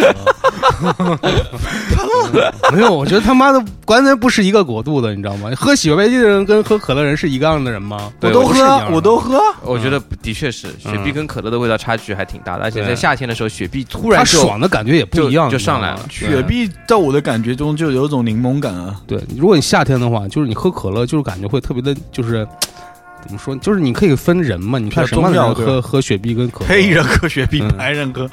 Speaker 3: 喝。 没有，我觉得他妈的完全不是一个国度的，你知道吗？喝雪碧的人跟喝可乐人是一个样的人吗？
Speaker 2: 对
Speaker 1: 我
Speaker 2: 我
Speaker 1: 都
Speaker 2: 不
Speaker 3: 是一样
Speaker 1: 喝，
Speaker 3: 的
Speaker 1: 啊我都喝。
Speaker 2: 我觉得
Speaker 1: 嗯
Speaker 2: 的确是雪碧跟可乐的味道差距还挺大的，而且在夏天的时候，雪碧突然
Speaker 3: 他
Speaker 2: 就
Speaker 3: 爽的感觉也不
Speaker 2: 就
Speaker 3: 一样，
Speaker 2: 就
Speaker 3: 你知道
Speaker 2: 上来
Speaker 3: 吗
Speaker 2: 了
Speaker 1: 雪。碧在我的感觉中就有一种柠檬感啊，
Speaker 3: 对，对如果你夏天的话，就是你喝可乐，就是感觉会特别的，就是。怎么说？就是你可以分人嘛，你看什么样的人
Speaker 1: 比较重要
Speaker 3: 喝喝雪碧跟可乐？
Speaker 1: 黑人喝雪碧，
Speaker 3: 嗯
Speaker 1: 白人喝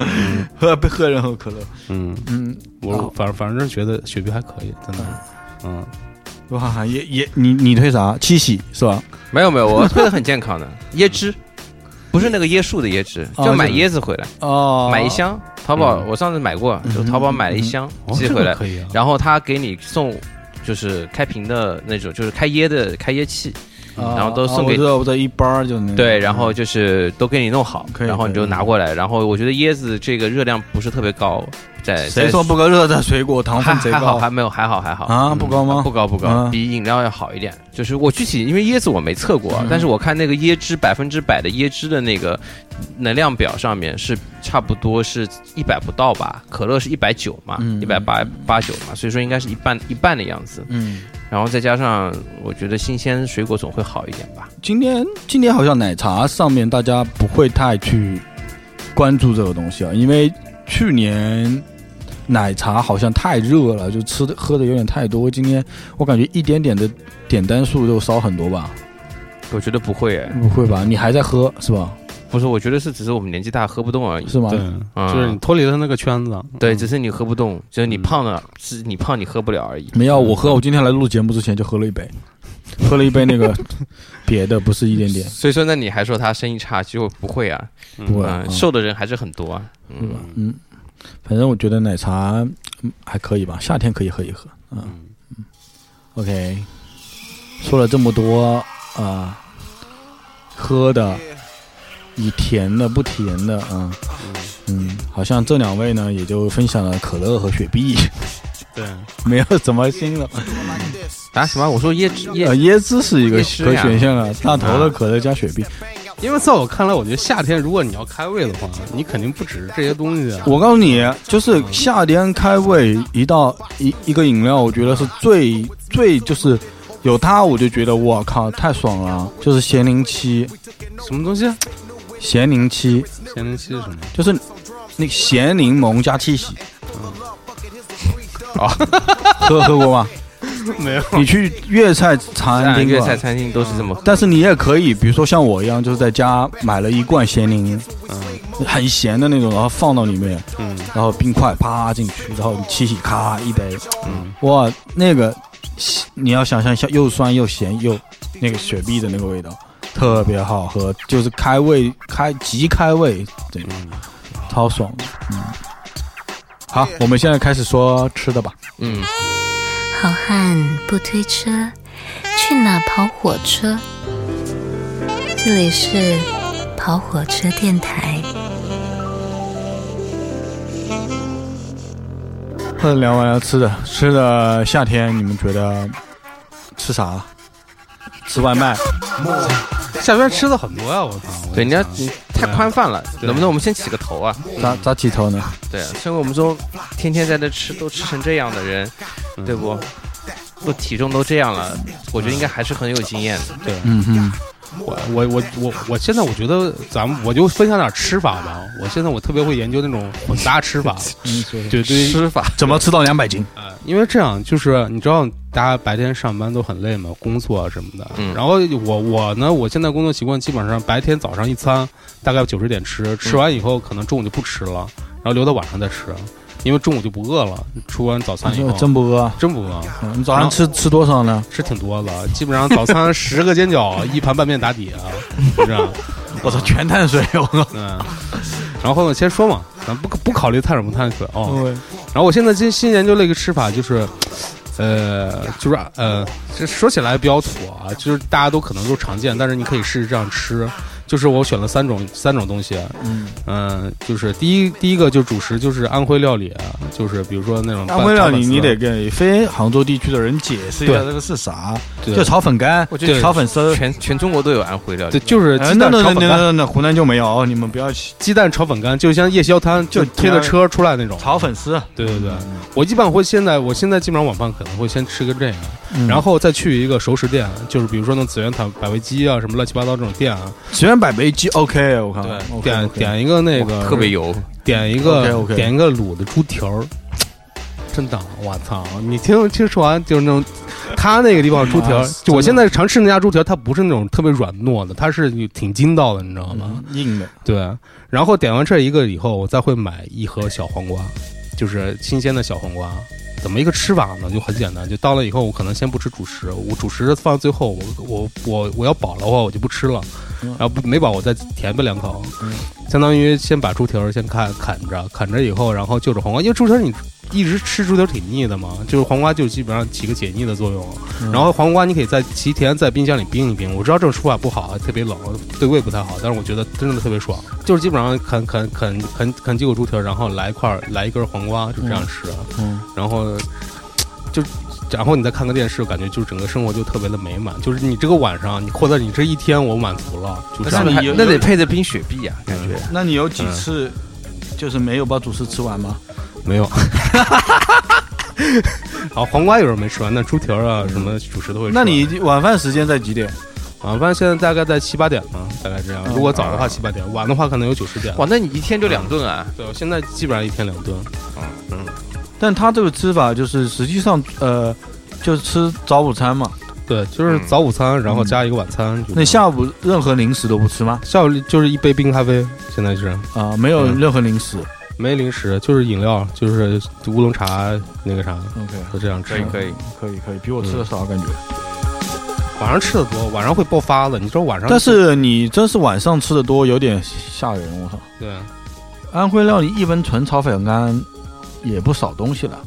Speaker 1: 喝喝人喝可乐。
Speaker 3: 嗯，
Speaker 1: 嗯，
Speaker 3: 我
Speaker 1: 好
Speaker 3: 反正反正觉得雪碧还可以，真的。嗯，
Speaker 1: 哇，也也你你推啥？七喜是吧？
Speaker 2: 没有没有， 我喝的很健康的椰汁，不是那个椰树的椰汁，
Speaker 1: 哦
Speaker 2: 就买
Speaker 1: 就是
Speaker 2: 椰子回来，
Speaker 1: 哦，
Speaker 2: 买一箱。淘宝
Speaker 3: 嗯
Speaker 2: 我上次买过，就
Speaker 1: 嗯
Speaker 2: 淘宝买了一箱
Speaker 3: 哦
Speaker 2: 寄
Speaker 3: 这
Speaker 2: 回
Speaker 3: 个
Speaker 2: 来，
Speaker 3: 可以啊。
Speaker 2: 然后他给你送就是开瓶的那种，就是开椰的开椰器，
Speaker 1: 哦，
Speaker 2: 然后都送
Speaker 1: 哦
Speaker 2: 给
Speaker 1: 我知道，我这一包儿就那个
Speaker 2: 对，然后就是都给你弄好，
Speaker 1: 嗯可以
Speaker 2: 然后你
Speaker 1: 可以
Speaker 2: 就拿过来。然后我觉得椰子这个热量不是特别高，在
Speaker 1: 谁
Speaker 2: 在
Speaker 1: 说不高热的水果糖
Speaker 2: 还
Speaker 1: 分贼
Speaker 2: 还好
Speaker 1: 高
Speaker 2: 还没有还好还好嗯
Speaker 1: 啊？不高吗
Speaker 2: 不？高不高，
Speaker 1: 啊
Speaker 2: 比饮料要好一点。就是我具体因为椰子我没测过
Speaker 1: 嗯
Speaker 2: 啊，但是我看那个椰汁百分之百的椰汁的那个能量表上面是差不多是一百不到吧，可乐是一百九嘛，
Speaker 1: 嗯
Speaker 2: 一百八八九嘛，所以说应该是一半一半的样子。
Speaker 1: 嗯，
Speaker 2: 然后再加上我觉得新鲜水果总会好一点吧。
Speaker 1: 今天今天好像奶茶上面大家不会太去关注这个东西啊，因为去年奶茶好像太热了，就吃的喝的有点太多。今天我感觉一点点的点单数都少很多吧？
Speaker 2: 我觉得不会诶，
Speaker 1: 不会吧？你还在喝是吧？
Speaker 2: 不是，我觉得是只是我们年纪大喝不动而已。
Speaker 1: 是吗？
Speaker 2: 嗯
Speaker 3: 对，就是你脱离了那个圈子。
Speaker 2: 对，
Speaker 3: 嗯
Speaker 2: 只是你喝不动，就是你
Speaker 3: 嗯
Speaker 2: 胖了，是你胖你喝不了而已。
Speaker 1: 没有，我喝，我今天来录节目之前就喝了一杯，喝了一杯那个别的，不是一点点，
Speaker 2: 所以说，那你还说他生意差，其实我不会啊，
Speaker 1: 不会啊
Speaker 2: 嗯，。瘦的人还是很多啊。嗯，
Speaker 1: 嗯，反正我觉得奶茶嗯还可以吧，夏天可以喝一喝。嗯嗯，OK，说了这么多啊、喝的，以甜的不甜的啊，嗯，好像这两位呢也就分享了可乐和雪碧，
Speaker 3: 对，
Speaker 1: 没有什么新的。
Speaker 2: 啊什么？我说椰汁
Speaker 1: 呃，
Speaker 2: 椰，
Speaker 1: 椰汁是一个
Speaker 2: 椰汁
Speaker 1: 可
Speaker 2: 呀
Speaker 1: 选项啊，大头的可乐加雪碧。
Speaker 3: 因为在我看来，我觉得夏天如果你要开胃的话，你肯定不只是这些东西啊。
Speaker 1: 我告诉你，就是夏天开胃一道一一个饮料，我觉得是最最就是有它，我就觉得我靠太爽了。啊就是咸柠七，
Speaker 3: 什么东西？啊
Speaker 1: 咸柠七
Speaker 3: 咸柠七是什么？
Speaker 1: 就是那咸柠檬加七喜。
Speaker 2: 哦
Speaker 1: 啊，喝喝过吗？
Speaker 3: 没有。
Speaker 1: 你去粤菜餐
Speaker 2: 啊
Speaker 1: 厅
Speaker 2: 粤
Speaker 1: 吧
Speaker 2: 菜，餐厅都是这么喝。
Speaker 1: 但是你也可以，比如说像我一样，就是在家买了一罐咸柠，很咸的那种，然后放到里面，
Speaker 3: 嗯
Speaker 1: 然后冰块啪进去，然后你七喜咔一杯，
Speaker 3: 嗯，
Speaker 1: 哇，那个你要想象一下，又酸又咸又那个雪碧的那个味道，特别好喝，就是开胃开极开胃，对，
Speaker 3: 嗯
Speaker 1: 超爽的。嗯，好，我们现在开始说吃的吧。
Speaker 2: 嗯，
Speaker 4: 好汉不推车，去哪跑火车？这里是跑火车电台。
Speaker 1: 或者聊完了吃的，吃的夏天你们觉得吃啥？吃外卖？
Speaker 3: 夏天吃的 很多啊呀，我操！我
Speaker 2: 对，你要你太宽泛了，
Speaker 3: 对
Speaker 2: 能不能我们先起个头啊？
Speaker 3: 嗯
Speaker 1: 咋咋起头呢？
Speaker 2: 对啊，所以我们说，天天在这吃都吃成这样的人，对不？都体重都这样了，我觉得应该还是很有经验的。
Speaker 1: 嗯嗯，
Speaker 3: 我我我我我现在我觉得咱们我就分享点吃法吧。我现在我特别会研究那种混搭吃 法，对对于
Speaker 2: 吃法
Speaker 1: 怎么吃到两百斤？
Speaker 3: 因为这样就是你知道，大家白天上班都很累嘛，工作啊什么的。
Speaker 2: 嗯
Speaker 3: 然后我我呢，我现在工作习惯基本上白天早上一餐大概九十点吃，吃完以后可能中午就不吃了，然后留到晚上再吃，因为中午就不饿了。吃完早餐以后
Speaker 1: 真不饿？
Speaker 3: 真不饿，
Speaker 1: 嗯你早上吃吃多少呢？
Speaker 3: 吃挺多的，基本上早餐十个煎饺，一盘拌面打底啊，就这样。
Speaker 1: 我操，全碳水！我靠，
Speaker 3: 嗯，然后呢，先说嘛，咱不不考虑碳水不碳水哦。
Speaker 1: 嗯
Speaker 3: 然后我现在新新研究了一个吃法，就是，呃，就是呃，这说起来比较土啊，就是大家都可能都常见，但是你可以试试这样吃。就是我选了三种三种东西，
Speaker 1: 嗯，
Speaker 3: 嗯、就是第一第一个就是主食，就是安徽料理，啊就是比如说那种
Speaker 1: 安徽料理
Speaker 3: 拌
Speaker 1: 你得给非杭州地区的人解释一下
Speaker 3: 对
Speaker 1: 这个是啥，
Speaker 3: 对
Speaker 1: 就炒粉干
Speaker 2: 我觉得，
Speaker 1: 炒粉丝。
Speaker 2: 全全中国都有安徽料理
Speaker 3: 对，，就是
Speaker 1: 哎
Speaker 3: 鸡
Speaker 1: 那
Speaker 3: 蛋
Speaker 1: 那
Speaker 3: 炒
Speaker 1: 那
Speaker 3: 粉
Speaker 1: 那
Speaker 3: 干，
Speaker 1: 那那湖南就没有，你们不要去
Speaker 3: 鸡蛋炒粉干，就像夜宵摊
Speaker 1: 就
Speaker 3: 就推着车出来那种。
Speaker 1: 炒粉嗯丝。
Speaker 3: 对对对，我一般会现在，我现在基本上晚饭可能会先吃个这个，
Speaker 1: 嗯
Speaker 3: 然后再去一个熟食店，就是比如说那种紫苑堂百味鸡啊，什么乱七八糟这种店啊，
Speaker 1: 随便摆杯鸡，OK，我看
Speaker 3: 对，
Speaker 1: OK，
Speaker 3: 点
Speaker 1: OK 嗯
Speaker 3: 点一个那个
Speaker 2: 特别油，
Speaker 3: 点一个
Speaker 1: OK，OK
Speaker 3: 点一个卤的猪蹄儿，真的，我操！你听听说完就是那种，他那个地方 猪蹄
Speaker 1: 哇
Speaker 3: 儿，
Speaker 1: 塞
Speaker 3: 就我
Speaker 1: 啊真
Speaker 3: 现
Speaker 1: 的
Speaker 3: 在常吃那家猪蹄儿，它不是那种特别软糯的，它是挺筋道的，你知道吗？
Speaker 1: 嗯硬的，
Speaker 3: 对，然后点完这一个以后，我再会买一盒小黄瓜，就是新鲜的小黄瓜。怎么一个吃法呢？就很简单，就到了以后，我可能先不吃主食，我主食放到最后，我我我我要饱了的话，我就不吃了，然后不没饱我再填吧两口，相当于先把猪蹄儿先砍砍着，砍着以后，然后就着黄瓜，因为猪蹄儿你一直吃猪蹄儿挺腻的嘛，就是黄瓜就基本上起个解腻的作用，
Speaker 2: 嗯
Speaker 3: 然后黄瓜你可以在提前在冰箱里冰一冰，我知道这种说法不好，特别冷，对胃不太好，但是我觉得真的特别爽，就是基本上啃啃啃啃啃几口猪蹄儿，然后来一块儿来一根黄瓜，就这样吃，啊
Speaker 1: 嗯，
Speaker 3: 然后就然后你再看个电视，感觉就整个生活就特别的美满，就是你这个晚上，你或者你这一天我满足了，就
Speaker 2: 那
Speaker 3: 这样。
Speaker 2: 得
Speaker 1: 你
Speaker 2: 还
Speaker 1: 有
Speaker 2: 那得配着冰雪碧啊，感觉
Speaker 1: 那你有几次就是没有把主食吃完吗？
Speaker 3: 没有。 好，黄瓜有时候没吃完，那猪蹄儿啊什么主食都会吃
Speaker 1: 那
Speaker 3: 完。
Speaker 1: 你晚饭时间在几点？
Speaker 3: 晚饭现在大概在七八点嘛，大概这样。如果早的话七八点，晚的话可能有九十点。
Speaker 2: 哇，那你一天就两顿啊，
Speaker 3: 对，我现在基本上一天两顿。
Speaker 1: 但他这个吃法就是实际上呃，就是吃早午餐嘛。
Speaker 3: 对，就是早午餐，然后加一个晚餐。就这样
Speaker 1: 那下午任何零食都不吃吗？
Speaker 3: 下午就是一杯冰咖啡，现在是
Speaker 1: 啊，没有
Speaker 3: 嗯
Speaker 1: 任何零食。
Speaker 3: 没零食，就是饮料，就是乌龙茶那个啥，
Speaker 1: OK，
Speaker 3: 就这样吃。
Speaker 2: 可以，
Speaker 1: 可以可以，比我吃的少感觉。
Speaker 3: 晚上吃的多，晚上会爆发的。你知道晚上？
Speaker 1: 但是你真是晚上吃的多，有点吓人。我操，
Speaker 3: 对
Speaker 1: 安徽料理一温纯炒粉干也不少东西了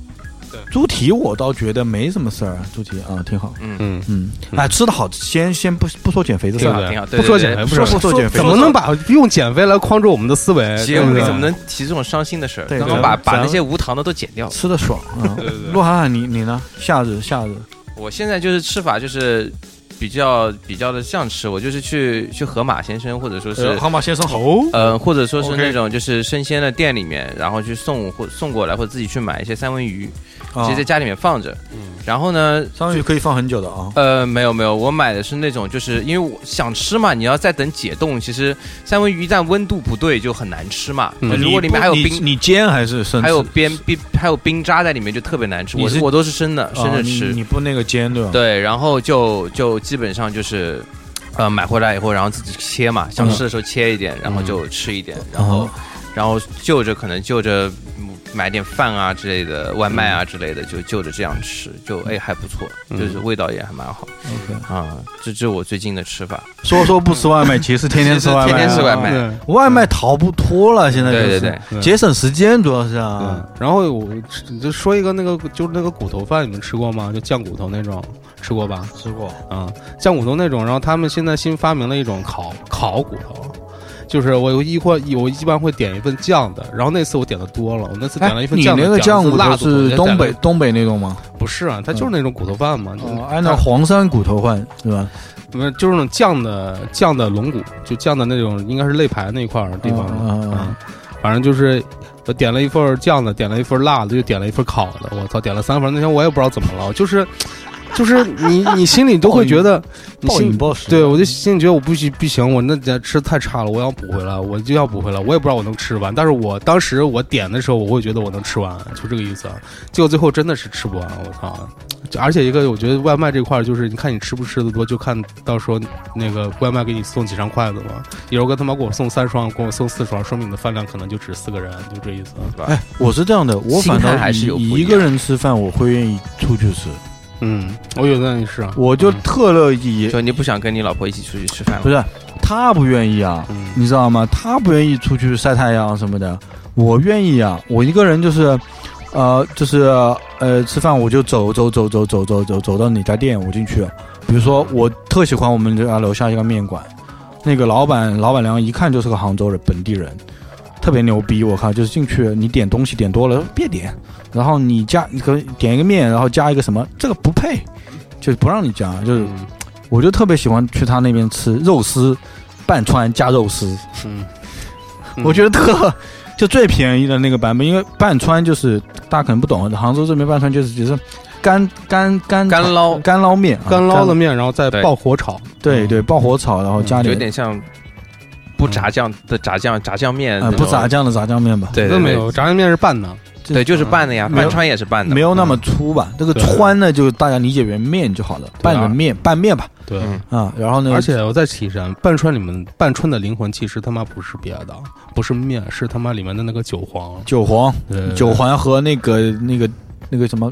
Speaker 3: 对。
Speaker 1: 猪蹄我倒觉得没什么事儿啊，猪蹄啊挺好。
Speaker 2: 嗯，
Speaker 3: 嗯，
Speaker 1: 嗯，哎，吃的好，先先不不说啊减肥的事
Speaker 3: 对
Speaker 2: 挺
Speaker 1: 儿，
Speaker 2: 好
Speaker 3: 对
Speaker 2: 挺好，
Speaker 3: 不说减肥，
Speaker 2: 肥，
Speaker 3: 不
Speaker 1: 说
Speaker 3: 说
Speaker 1: 不说减肥
Speaker 3: 怎么能把用减肥来框住我们的思维？
Speaker 2: 节
Speaker 3: 对
Speaker 2: 目
Speaker 3: 不
Speaker 2: 里
Speaker 3: 对
Speaker 2: 怎么能提这种伤心的事儿？
Speaker 1: 对
Speaker 2: 刚刚
Speaker 1: 咱
Speaker 2: 把把
Speaker 1: 咱
Speaker 2: 那些无糖的都剪掉。
Speaker 1: 吃的爽啊
Speaker 3: 对对。
Speaker 1: 鹿晗晗，你你呢？夏日夏日，
Speaker 2: 我现在就是吃法就是比较比较的这样吃，我就是去去河马先生或者说是。
Speaker 1: 马先生猴
Speaker 2: 呃，或者说是
Speaker 1: OK
Speaker 2: 那种就是生鲜的店里面，然后去送或送过来，或者自己去买一些三文鱼，
Speaker 1: 啊
Speaker 2: 直接在家里面放着。
Speaker 1: 嗯
Speaker 2: 然后呢，
Speaker 1: 章鱼可以放很久的啊。
Speaker 2: 呃，没有没有，我买的是那种，就是因为我想吃嘛，你要再等解冻，其实三文鱼一旦温度不对就很难吃嘛。
Speaker 3: 嗯
Speaker 2: 如果里面还有冰，
Speaker 1: 呃你煎还是生吃？啊
Speaker 2: 还有边冰，还有冰渣在里面，就特别难吃。
Speaker 1: 你
Speaker 2: 我
Speaker 1: 是
Speaker 2: 我都是生的，生
Speaker 1: 啊
Speaker 2: 着
Speaker 1: 你
Speaker 2: 吃。
Speaker 1: 你不那个煎对吧？
Speaker 2: 对，然后就就基本上就是，呃，买回来以后，然后自己切
Speaker 1: 嗯
Speaker 2: 嘛，想吃的时候切一点，然后就吃一点，然后然后就着可能就着嗯买点饭啊之类的，外卖啊之类的，
Speaker 1: 嗯
Speaker 2: 就就着这样吃，就哎还不错，就是味道也还蛮好
Speaker 1: OK，
Speaker 2: 啊。这这我最近的吃法，
Speaker 1: 说说不吃外卖，其实天天吃外卖，
Speaker 2: 天天吃外卖
Speaker 1: 啊。
Speaker 3: 对
Speaker 1: 外卖逃不脱了，现在就
Speaker 2: 对对
Speaker 1: 是
Speaker 2: 对，
Speaker 3: 对
Speaker 1: 节省时间主要是
Speaker 3: 对
Speaker 1: 啊。，
Speaker 3: 嗯然后我就说一个那个，就是那个骨头饭，你们吃过吗？就酱骨头那种，吃过吧？
Speaker 1: 吃过
Speaker 3: 啊、酱骨头那种。然后他们现在新发明了一种烤烤骨头，就是我有一会我一般会点一份酱的，然后那次我点的多了，我那次点了一
Speaker 1: 哎
Speaker 3: 份
Speaker 1: 你
Speaker 3: 酱的、
Speaker 1: 那个
Speaker 3: 酱
Speaker 1: 酱
Speaker 3: 是
Speaker 1: 骨
Speaker 3: 辣
Speaker 1: 头
Speaker 3: 骨头
Speaker 1: 是
Speaker 3: 再
Speaker 1: 东
Speaker 3: 点
Speaker 1: 北
Speaker 3: 了
Speaker 1: 东北那种吗？
Speaker 3: 不是啊，它就是那种骨头饭嘛，就是
Speaker 1: 哦，按照黄山骨头换是吧？
Speaker 3: 不是就是那种酱的酱的龙骨，就酱的那种应该是肋排那一块儿的地方嘛
Speaker 1: 嗯嗯嗯
Speaker 3: 啊反正就是我点了一份酱的，点了一份辣的，又点了一份烤的，我操，点了三份。那天我也不知道怎么了，就是就是你你心里都会觉得，你
Speaker 1: 暴
Speaker 3: 心
Speaker 1: 饮暴食，
Speaker 3: 对，我就心里觉得我不行不行，我那家吃太差了，我要补回来，我就要补回来，我也不知道我能吃完。但是我当时我点的时候，我会觉得我能吃完，就这个意思。结果最后真的是吃不完，我操！就嗯而且一个，我觉得外卖这块儿就是，你看你吃不吃的多，就看到时候那个外卖给你送几双筷子嘛。有时候跟他妈给我送三双，给我送四双，说明你的饭量可能就只四个人，就这意思。啊
Speaker 1: 哎，我是这样的，我反
Speaker 2: 心
Speaker 1: 倒
Speaker 2: 态还是
Speaker 1: 以
Speaker 2: 有不
Speaker 1: 以
Speaker 2: 一
Speaker 1: 一
Speaker 2: 样
Speaker 1: 个人吃饭，我会愿意出去吃，
Speaker 3: 嗯，我有的也是啊，
Speaker 1: 我就
Speaker 3: 嗯
Speaker 1: 特乐意，
Speaker 2: 就你不想跟你老婆一起出去吃饭
Speaker 1: 不
Speaker 2: 了？
Speaker 1: 是他不愿意啊，
Speaker 3: 嗯
Speaker 1: 你知道吗？他不愿意出去晒太阳什么的，我愿意啊。我一个人就是，呃，就是呃，吃饭我就走走走走走走走走到哪家店我进去。比如说，我特喜欢我们家楼下一个面馆，那个老板老板娘一看就是个杭州人本地人，特别牛逼。我靠，就是进去你点东西点多了别点，然后你加你可以点一个面，然后加一个什么，这个不配，就是不让你加，就是
Speaker 3: 嗯
Speaker 1: 我就特别喜欢去他那边吃肉丝，拌川加肉丝，
Speaker 3: 嗯，
Speaker 1: 我觉得特就最便宜的那个版本，因为拌川就是大家可能不懂，杭州这边拌川就是就是干干干
Speaker 2: 干捞
Speaker 1: 干捞面，啊
Speaker 3: 干捞的面，嗯然后再
Speaker 2: 对
Speaker 3: 爆火炒，
Speaker 1: 对对爆火炒，然后加
Speaker 2: 有
Speaker 1: 点
Speaker 2: 点像不炸酱的炸酱炸酱面
Speaker 1: 呃
Speaker 2: 那
Speaker 1: 不
Speaker 2: 种
Speaker 1: 炸，酱的炸酱面吧，
Speaker 2: 对
Speaker 3: 都
Speaker 2: 对
Speaker 3: 没
Speaker 2: 对
Speaker 3: 有，炸酱面是拌的，
Speaker 2: 对，就是拌的呀，
Speaker 1: 没有
Speaker 2: 拌川也是拌的，
Speaker 1: 没有那么粗吧，这个
Speaker 3: 对
Speaker 1: 川呢就大家理解为面就好了，拌着面拌面吧
Speaker 3: 对。
Speaker 2: 嗯
Speaker 1: 啊，然后呢，
Speaker 3: 而且我再提示啊，半川里面半川的灵魂其实他妈不是别的，啊不是面，是他妈里面的那个韭黄。
Speaker 1: 韭黄
Speaker 3: 对
Speaker 1: 韭黄和那个那个那个什么。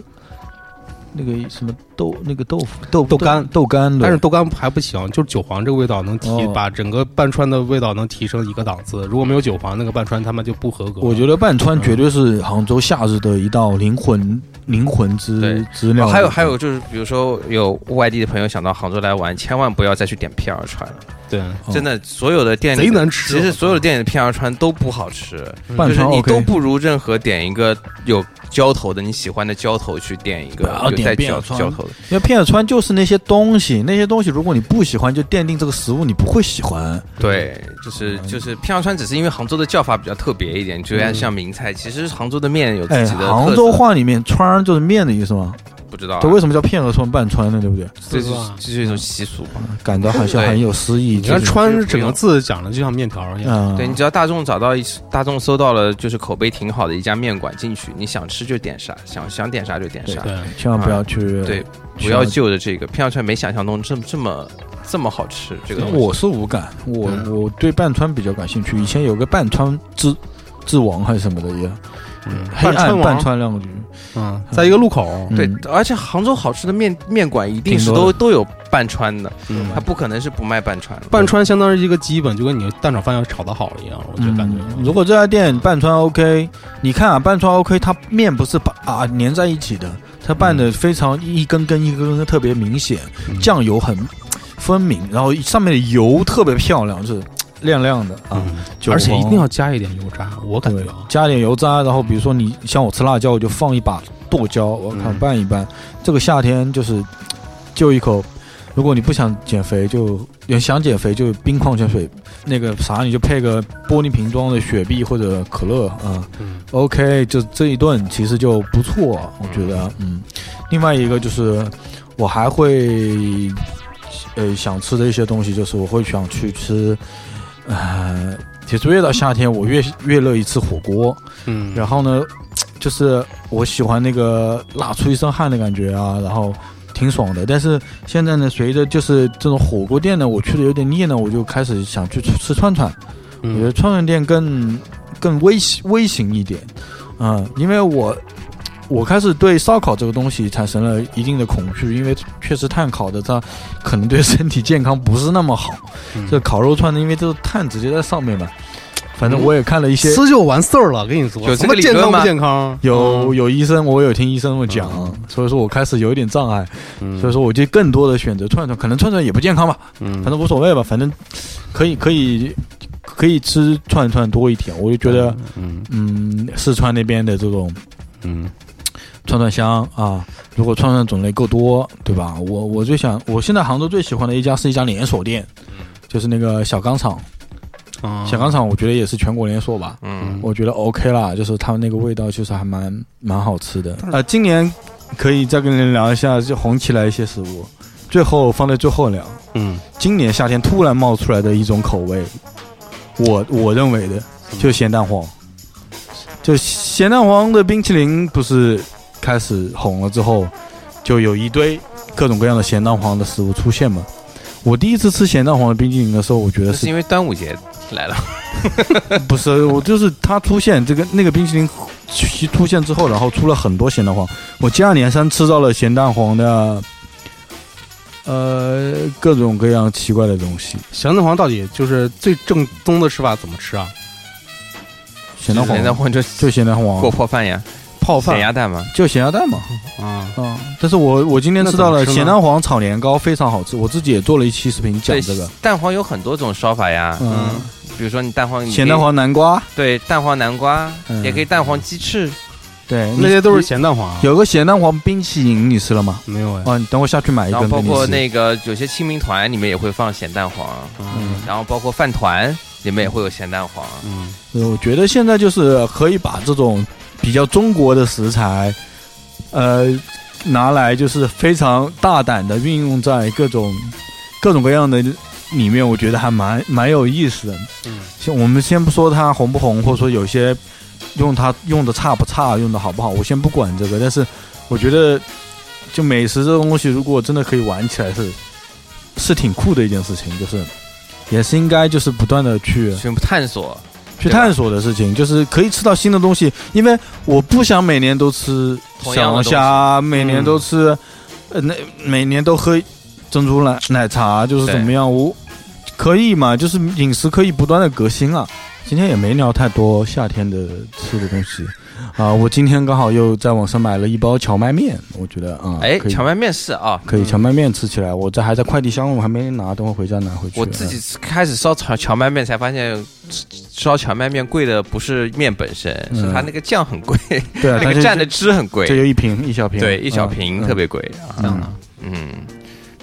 Speaker 1: 那个什么豆，那个豆腐豆
Speaker 3: 豆干
Speaker 1: 豆干，对
Speaker 3: 但是豆干还不行，就是韭黄这个味道能提、
Speaker 1: 哦
Speaker 3: 把整个半川的味道能提升一个档次。如果没有韭黄，那个半川他妈就不合格。
Speaker 1: 我觉得拌川绝对是杭州夏日的一道灵魂灵魂之
Speaker 2: 对
Speaker 1: 之
Speaker 2: 哦
Speaker 1: 料。
Speaker 2: 还有还有就是，比如说有外地的朋友想到杭州来玩，千万不要再去点片儿川，
Speaker 3: 对，
Speaker 1: 哦
Speaker 2: 真的，所有的店里
Speaker 3: 贼难吃。
Speaker 2: 其实所有的店里的片儿川都不好吃，
Speaker 1: 拌
Speaker 2: 就是
Speaker 1: 川
Speaker 2: 你
Speaker 1: OK，
Speaker 2: 都不如任何点一个有浇头的你喜欢的浇头去点一个
Speaker 1: 不要
Speaker 2: 有
Speaker 1: 啊点
Speaker 2: 带
Speaker 1: 遍
Speaker 2: 浇
Speaker 1: 川
Speaker 2: 浇头的，
Speaker 1: 因为片子川就是那些东西，那些东西如果你不喜欢，就奠定这个食物你不会喜欢。
Speaker 2: 对，
Speaker 1: 嗯
Speaker 2: 就是就是片儿川只是因为杭州的叫法比较特别一点，就像像名菜，其实杭州的面有
Speaker 1: 嗯
Speaker 2: 自
Speaker 1: 哎，
Speaker 2: 己的
Speaker 1: 杭
Speaker 2: 特
Speaker 1: 州
Speaker 2: 色，
Speaker 1: 话里面“川儿”就是面的意思吗？
Speaker 2: 不知道啊
Speaker 1: 它为什么叫片和川拌川呢？对不对？
Speaker 2: 这是
Speaker 3: 对吧
Speaker 2: 这是一种习俗吧？
Speaker 1: 感到好像
Speaker 2: 对
Speaker 1: 很有诗意。
Speaker 3: 你
Speaker 1: 就
Speaker 3: 看
Speaker 1: 是
Speaker 3: 川是整个字讲的就像面条一样，
Speaker 1: 嗯，
Speaker 2: 对你只要大众找到一大众搜到了就是口碑挺好的一家面馆进去，你想吃就点啥，想想点啥就点啥，
Speaker 3: 对，
Speaker 1: 千万不要去
Speaker 2: 对，
Speaker 1: 去
Speaker 2: 不要就着这个片儿川没想象中这么这么这么好吃这个东西。
Speaker 1: 我是无感，我
Speaker 2: 对
Speaker 3: 嗯
Speaker 1: 我对半川比较感兴趣。以前有个半川之之王还是什么的，也
Speaker 3: 嗯，
Speaker 1: 黑
Speaker 3: 半川
Speaker 1: 暗半
Speaker 3: 王，
Speaker 1: 川亮旅。
Speaker 3: 嗯，在一个路口，
Speaker 2: 对
Speaker 1: 嗯，
Speaker 2: 而且杭州好吃的面面馆一定是
Speaker 1: 挺
Speaker 2: 都
Speaker 1: 多
Speaker 2: 都有拌川的，
Speaker 3: 嗯
Speaker 2: 它不可能是不卖拌川的。
Speaker 3: 半川相当于一个基本，就跟你蛋炒饭要炒得好一样，我就感觉。
Speaker 1: 嗯如果这家店拌川 OK，你看啊，拌川 OK，它面不是把啊粘在一起的，它拌的非常一根根一根根特别明显，
Speaker 3: 嗯
Speaker 1: 酱油很分明，然后上面的油特别漂亮，就是亮亮的啊，
Speaker 3: 嗯
Speaker 1: 韭
Speaker 3: 而且一
Speaker 1: 黄
Speaker 3: 定要加一点油渣，我感
Speaker 1: 对
Speaker 3: 觉啊，
Speaker 1: 加点油渣，然后比如说你像我吃辣椒，我就放一把剁椒，我靠
Speaker 3: 嗯
Speaker 1: 拌一拌。这个夏天就是就一口，如果你不想减肥就，也想减肥就冰矿泉水，那个啥你就配个玻璃瓶装的雪碧或者可乐啊、
Speaker 3: 嗯
Speaker 1: OK，就这一顿其实就不错，我觉得嗯。另外一个就是我还会呃想吃的一些东西，就是我会想去吃，呃，其实越到夏天我越越乐意吃火锅，
Speaker 3: 嗯，
Speaker 1: 然后呢，就是我喜欢那个辣出一身汗的感觉啊，然后挺爽的。但是现在呢，随着就是这种火锅店呢，我去的有点腻呢，我就开始想去吃吃串串。我觉得
Speaker 3: 嗯
Speaker 1: 串串店更更微微型一点，嗯，因为我我开始对烧烤这个东西产生了一定的恐惧，因为确实碳烤的它可能对身体健康不是那么好。
Speaker 3: 嗯
Speaker 1: 这烤肉串呢，因为这个碳直接在上面嘛，反正我也看了一些，
Speaker 3: 吃就完事儿了，跟你说，
Speaker 2: 有
Speaker 3: 什
Speaker 2: 这
Speaker 3: 么
Speaker 2: 个
Speaker 3: 健
Speaker 2: 理
Speaker 3: 康
Speaker 2: 论吗
Speaker 3: 不健
Speaker 1: 嗯
Speaker 3: 康？嗯
Speaker 1: 有有医生，我有听医生这么讲，所以说我开始有一点障碍，
Speaker 3: 嗯，
Speaker 1: 所以说我就更多的选择串串，可能串串也不健康吧，
Speaker 3: 嗯，
Speaker 1: 反正无所谓吧，反正可以可以可以吃串串多一点，我就觉得。
Speaker 3: 嗯
Speaker 1: 嗯，四川那边的这种
Speaker 3: 嗯
Speaker 1: 串串香啊，如果串串种类够多，对吧？我我最想，我现在杭州最喜欢的一家是一家连锁店，
Speaker 3: 嗯
Speaker 1: 就是那个小钢厂。
Speaker 3: 啊
Speaker 1: 小钢厂我觉得也是全国连锁吧，
Speaker 2: 嗯，
Speaker 1: 我觉得 OK 啦，就是他们那个味道其实还蛮蛮好吃的。呃，今年可以再跟人聊一下就红起来一些食物，最后放在最后聊。
Speaker 3: 嗯，
Speaker 1: 今年夏天突然冒出来的一种口味，我我认为的就是咸蛋黄，就咸蛋黄的冰淇淋不是开始红了之后，就有一堆各种各样的咸蛋黄的食物出现嘛。我第一次吃咸蛋黄的冰淇淋的时候，我觉
Speaker 2: 那
Speaker 1: 得
Speaker 2: 是
Speaker 1: 是
Speaker 2: 因为端午节来了，
Speaker 1: 不是我就是它出现这个那个冰淇淋其出现之后，然后出了很多咸蛋黄，我接二连三吃到了咸蛋黄的，呃，各种各样奇怪的东西。
Speaker 3: 咸蛋黄到底就是最正宗的吃法怎么吃啊？
Speaker 1: 咸蛋黄
Speaker 2: 人家换成
Speaker 1: 就咸蛋黄
Speaker 2: 过，泡饭呀，
Speaker 1: 泡
Speaker 2: 咸鸭蛋嘛，
Speaker 1: 就咸鸭蛋嘛。
Speaker 3: 啊，
Speaker 1: 嗯，但是我我今天吃到
Speaker 3: 那
Speaker 1: 了
Speaker 3: 怎么吃呢
Speaker 1: 咸蛋黄炒年糕，非常好吃。我自己也做了一期视频讲
Speaker 2: 对
Speaker 1: 这个，
Speaker 2: 蛋黄有很多种烧法呀，
Speaker 1: 嗯，
Speaker 2: 比如说你蛋黄，你可以
Speaker 1: 咸蛋黄南瓜，
Speaker 2: 对蛋黄南瓜，
Speaker 1: 嗯
Speaker 2: 也可以蛋黄鸡翅，
Speaker 1: 对，
Speaker 3: 那些都是
Speaker 1: 你
Speaker 3: 咸蛋黄啊。
Speaker 1: 有个咸蛋黄冰淇淋，你吃了吗？
Speaker 3: 没有哎？
Speaker 1: 哦，你等我下去买一
Speaker 2: 然
Speaker 1: 根
Speaker 2: 后
Speaker 1: 给你
Speaker 2: 包
Speaker 1: 吃。
Speaker 2: 括那个有些清明团里面也会放咸蛋黄，
Speaker 3: 嗯
Speaker 2: 然后包括饭团里面也会有咸蛋黄，
Speaker 3: 嗯，
Speaker 1: 呃我觉得现在就是可以把这种比较中国的食材，呃，拿来就是非常大胆的运用在各种各种各样的里面，我觉得还蛮蛮有意思的。
Speaker 3: 嗯，
Speaker 1: 像我们先不说它红不红，或者说有些用它用的差不差，用的好不好，我先不管这个。但是我觉得，就美食这种东西，如果真的可以玩起来是，是挺酷的一件事情，就是也是应该就是不断的去
Speaker 2: 去探
Speaker 1: 啊
Speaker 2: 索。
Speaker 1: 去
Speaker 2: 对吧
Speaker 1: 探索的事情，就是可以吃到新的东西，因为我不想每年都吃
Speaker 2: 同
Speaker 1: 小
Speaker 2: 样的
Speaker 1: 龙
Speaker 2: 东西
Speaker 1: 虾，每年都吃，呃，那每年都喝珍珠奶奶茶，就是
Speaker 2: 对
Speaker 1: 怎么样？我可以嘛？就是饮食可以不断的革新啊。今天也没聊太多夏天的吃的东西啊、我今天刚好又在网上买了一包荞麦面，我觉得啊，
Speaker 2: 哎，
Speaker 1: 可以
Speaker 2: 荞麦面是啊，
Speaker 1: 可以荞麦面吃起来，我这还在快递箱，我还没拿，等会回家拿回去。啊
Speaker 2: 我自己开始烧荞荞麦面才发现，烧荞麦面贵的不是面本身，
Speaker 1: 嗯
Speaker 2: 是它那个酱很贵，
Speaker 1: 嗯对啊，
Speaker 2: 那
Speaker 1: 它
Speaker 2: 个
Speaker 1: 就
Speaker 2: 蘸的汁很贵
Speaker 1: 这，有一瓶一小瓶，
Speaker 2: 对，一小
Speaker 1: 嗯
Speaker 2: 瓶
Speaker 1: 嗯
Speaker 2: 特别贵
Speaker 1: 嗯
Speaker 2: 啊。嗯，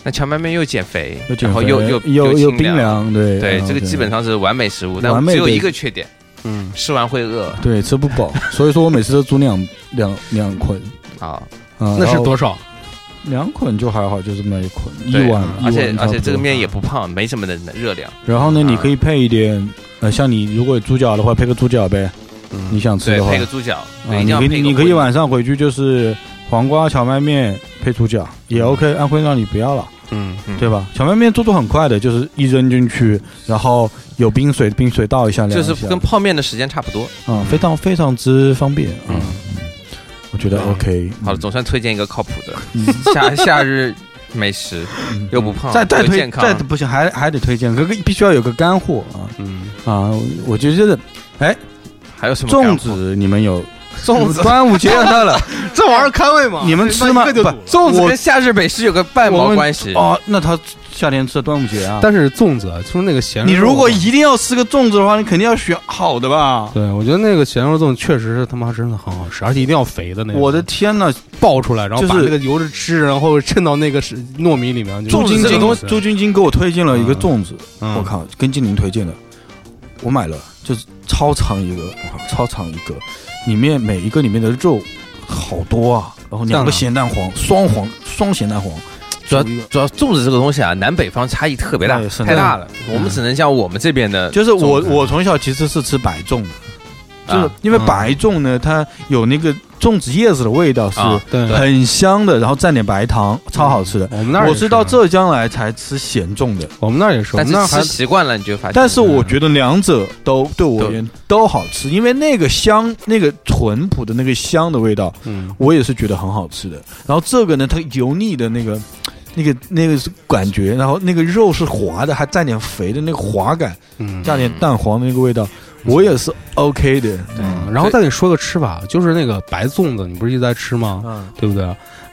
Speaker 2: 那荞麦面又减肥，
Speaker 1: 又减
Speaker 2: 然后
Speaker 1: 肥
Speaker 2: 又
Speaker 1: 又
Speaker 2: 又
Speaker 1: 又
Speaker 2: 清
Speaker 1: 冰凉，对
Speaker 2: 对，
Speaker 1: 嗯
Speaker 2: 这个基本上是完美食物，但
Speaker 1: 完美
Speaker 2: 只有
Speaker 1: 的
Speaker 2: 一个缺点，
Speaker 3: 嗯，
Speaker 2: 吃完会饿
Speaker 1: 对吃不饱，所以说我每次都煮两两两捆
Speaker 2: 啊。
Speaker 1: 啊，
Speaker 3: 那
Speaker 1: 然
Speaker 3: 是
Speaker 1: 后
Speaker 3: 多少？
Speaker 1: 两捆就还好，就这么一捆一
Speaker 2: 对
Speaker 1: 碗，
Speaker 2: 而且
Speaker 1: 一碗差
Speaker 2: 而
Speaker 1: 不
Speaker 2: 且这个
Speaker 1: 多
Speaker 2: 面也不胖，没什么的热量。
Speaker 1: 然后呢，
Speaker 2: 啊
Speaker 1: 你可以配一点，呃，像你如果有猪脚的话，配个猪脚呗，你想吃
Speaker 2: 嗯对
Speaker 1: 的，话
Speaker 2: 配，个猪脚，
Speaker 1: 啊，
Speaker 2: 对一定
Speaker 1: 你
Speaker 2: 要
Speaker 1: 可
Speaker 2: 配
Speaker 1: 以
Speaker 2: 个
Speaker 1: 你可以
Speaker 2: 荤
Speaker 1: 晚上回去就是黄瓜荞麦面配猪脚
Speaker 2: 嗯
Speaker 1: 也 OK，安徽那里不要了。
Speaker 3: 嗯，
Speaker 1: 对吧？荞麦面做做很快的，就是一扔进去，然后有冰水，冰水倒一下，
Speaker 2: 就
Speaker 1: 凉
Speaker 2: 是
Speaker 1: 一下
Speaker 2: 跟泡面的时间差不多。
Speaker 1: 啊，非常非常之方便啊。嗯我觉得
Speaker 3: 嗯
Speaker 1: OK，
Speaker 2: 好了，
Speaker 1: 嗯
Speaker 2: 总算推荐一个靠谱的 夏夏日美食，又不胖，
Speaker 1: 嗯再再
Speaker 2: 又
Speaker 1: 推
Speaker 2: 健康
Speaker 1: 再不行，还还得推荐，可可必须要有个干货啊
Speaker 3: 嗯，
Speaker 1: 啊！我我觉得
Speaker 2: 还有什么
Speaker 1: 粽
Speaker 2: 干货？
Speaker 1: 子你们有，
Speaker 2: 粽子，
Speaker 1: 端午节要到了，
Speaker 3: 这玩意儿开胃吗
Speaker 1: 你们吃吗？不，
Speaker 2: 粽子
Speaker 1: 我
Speaker 2: 跟夏日美食有个半
Speaker 1: 我
Speaker 2: 毛
Speaker 1: 们
Speaker 2: 关系。
Speaker 1: 哦，那他夏天吃的端午节啊。
Speaker 3: 但是粽子啊，就是那个咸肉。
Speaker 1: 你如果一定要吃个粽子的话，你肯定要选好的吧？
Speaker 3: 对，我觉得那个咸肉粽确实是他妈真的很好吃，而且一定要肥的那种。
Speaker 1: 我的天呐，
Speaker 3: 爆出来，然后把
Speaker 1: 就是
Speaker 3: 那个油脂汁，然后衬到那个是糯米里面。
Speaker 1: 朱
Speaker 3: 就是
Speaker 1: 晶
Speaker 3: 这
Speaker 1: 晶
Speaker 3: 个东，西
Speaker 1: 朱晶晶给我推荐了一个粽子，
Speaker 3: 嗯
Speaker 1: 我靠，跟精灵推荐的，我买了，就是超长一个，我靠，超长一个，里面每一个里面的肉好多啊，然后两个
Speaker 3: 这样啊
Speaker 1: 咸蛋黄，双黄双咸蛋黄，
Speaker 2: 主要
Speaker 1: 煮一个
Speaker 2: 主要粽子这个东西啊，南北方差异特别大
Speaker 1: 那也，是
Speaker 2: 太大
Speaker 1: 那
Speaker 2: 了。我们只能像我们这边的粽子，
Speaker 1: 就是我我从小其实是吃白粽的，嗯就是
Speaker 2: 啊
Speaker 1: 因为白粽呢，它有那个粽子叶子的味道，是
Speaker 2: 啊
Speaker 3: 对，
Speaker 1: 很香的，然后蘸点白糖，超好吃的。
Speaker 3: 我们那儿
Speaker 1: 我
Speaker 3: 也是
Speaker 1: 是啊到，浙江来才吃咸粽的，
Speaker 3: 我们那儿也是，我
Speaker 2: 但
Speaker 3: 们那
Speaker 2: 是
Speaker 3: 儿还
Speaker 2: 吃习惯了你就发现，嗯
Speaker 1: 但是我觉得两者都对我而言都好吃，因为那个香，那个淳朴的那个香的味道，
Speaker 3: 嗯
Speaker 1: 我也是觉得很好吃的。然后这个呢，它油腻的那个、那个、那个是感觉，然后那个肉是滑的，还蘸点肥的那个滑感，
Speaker 3: 嗯。
Speaker 1: 加点蛋黄的那个味道，我也是 OK 的。
Speaker 3: 嗯然后再给你说个吃法，就是那个白粽子，你不是一直在吃吗？
Speaker 1: 嗯，
Speaker 3: 对不对？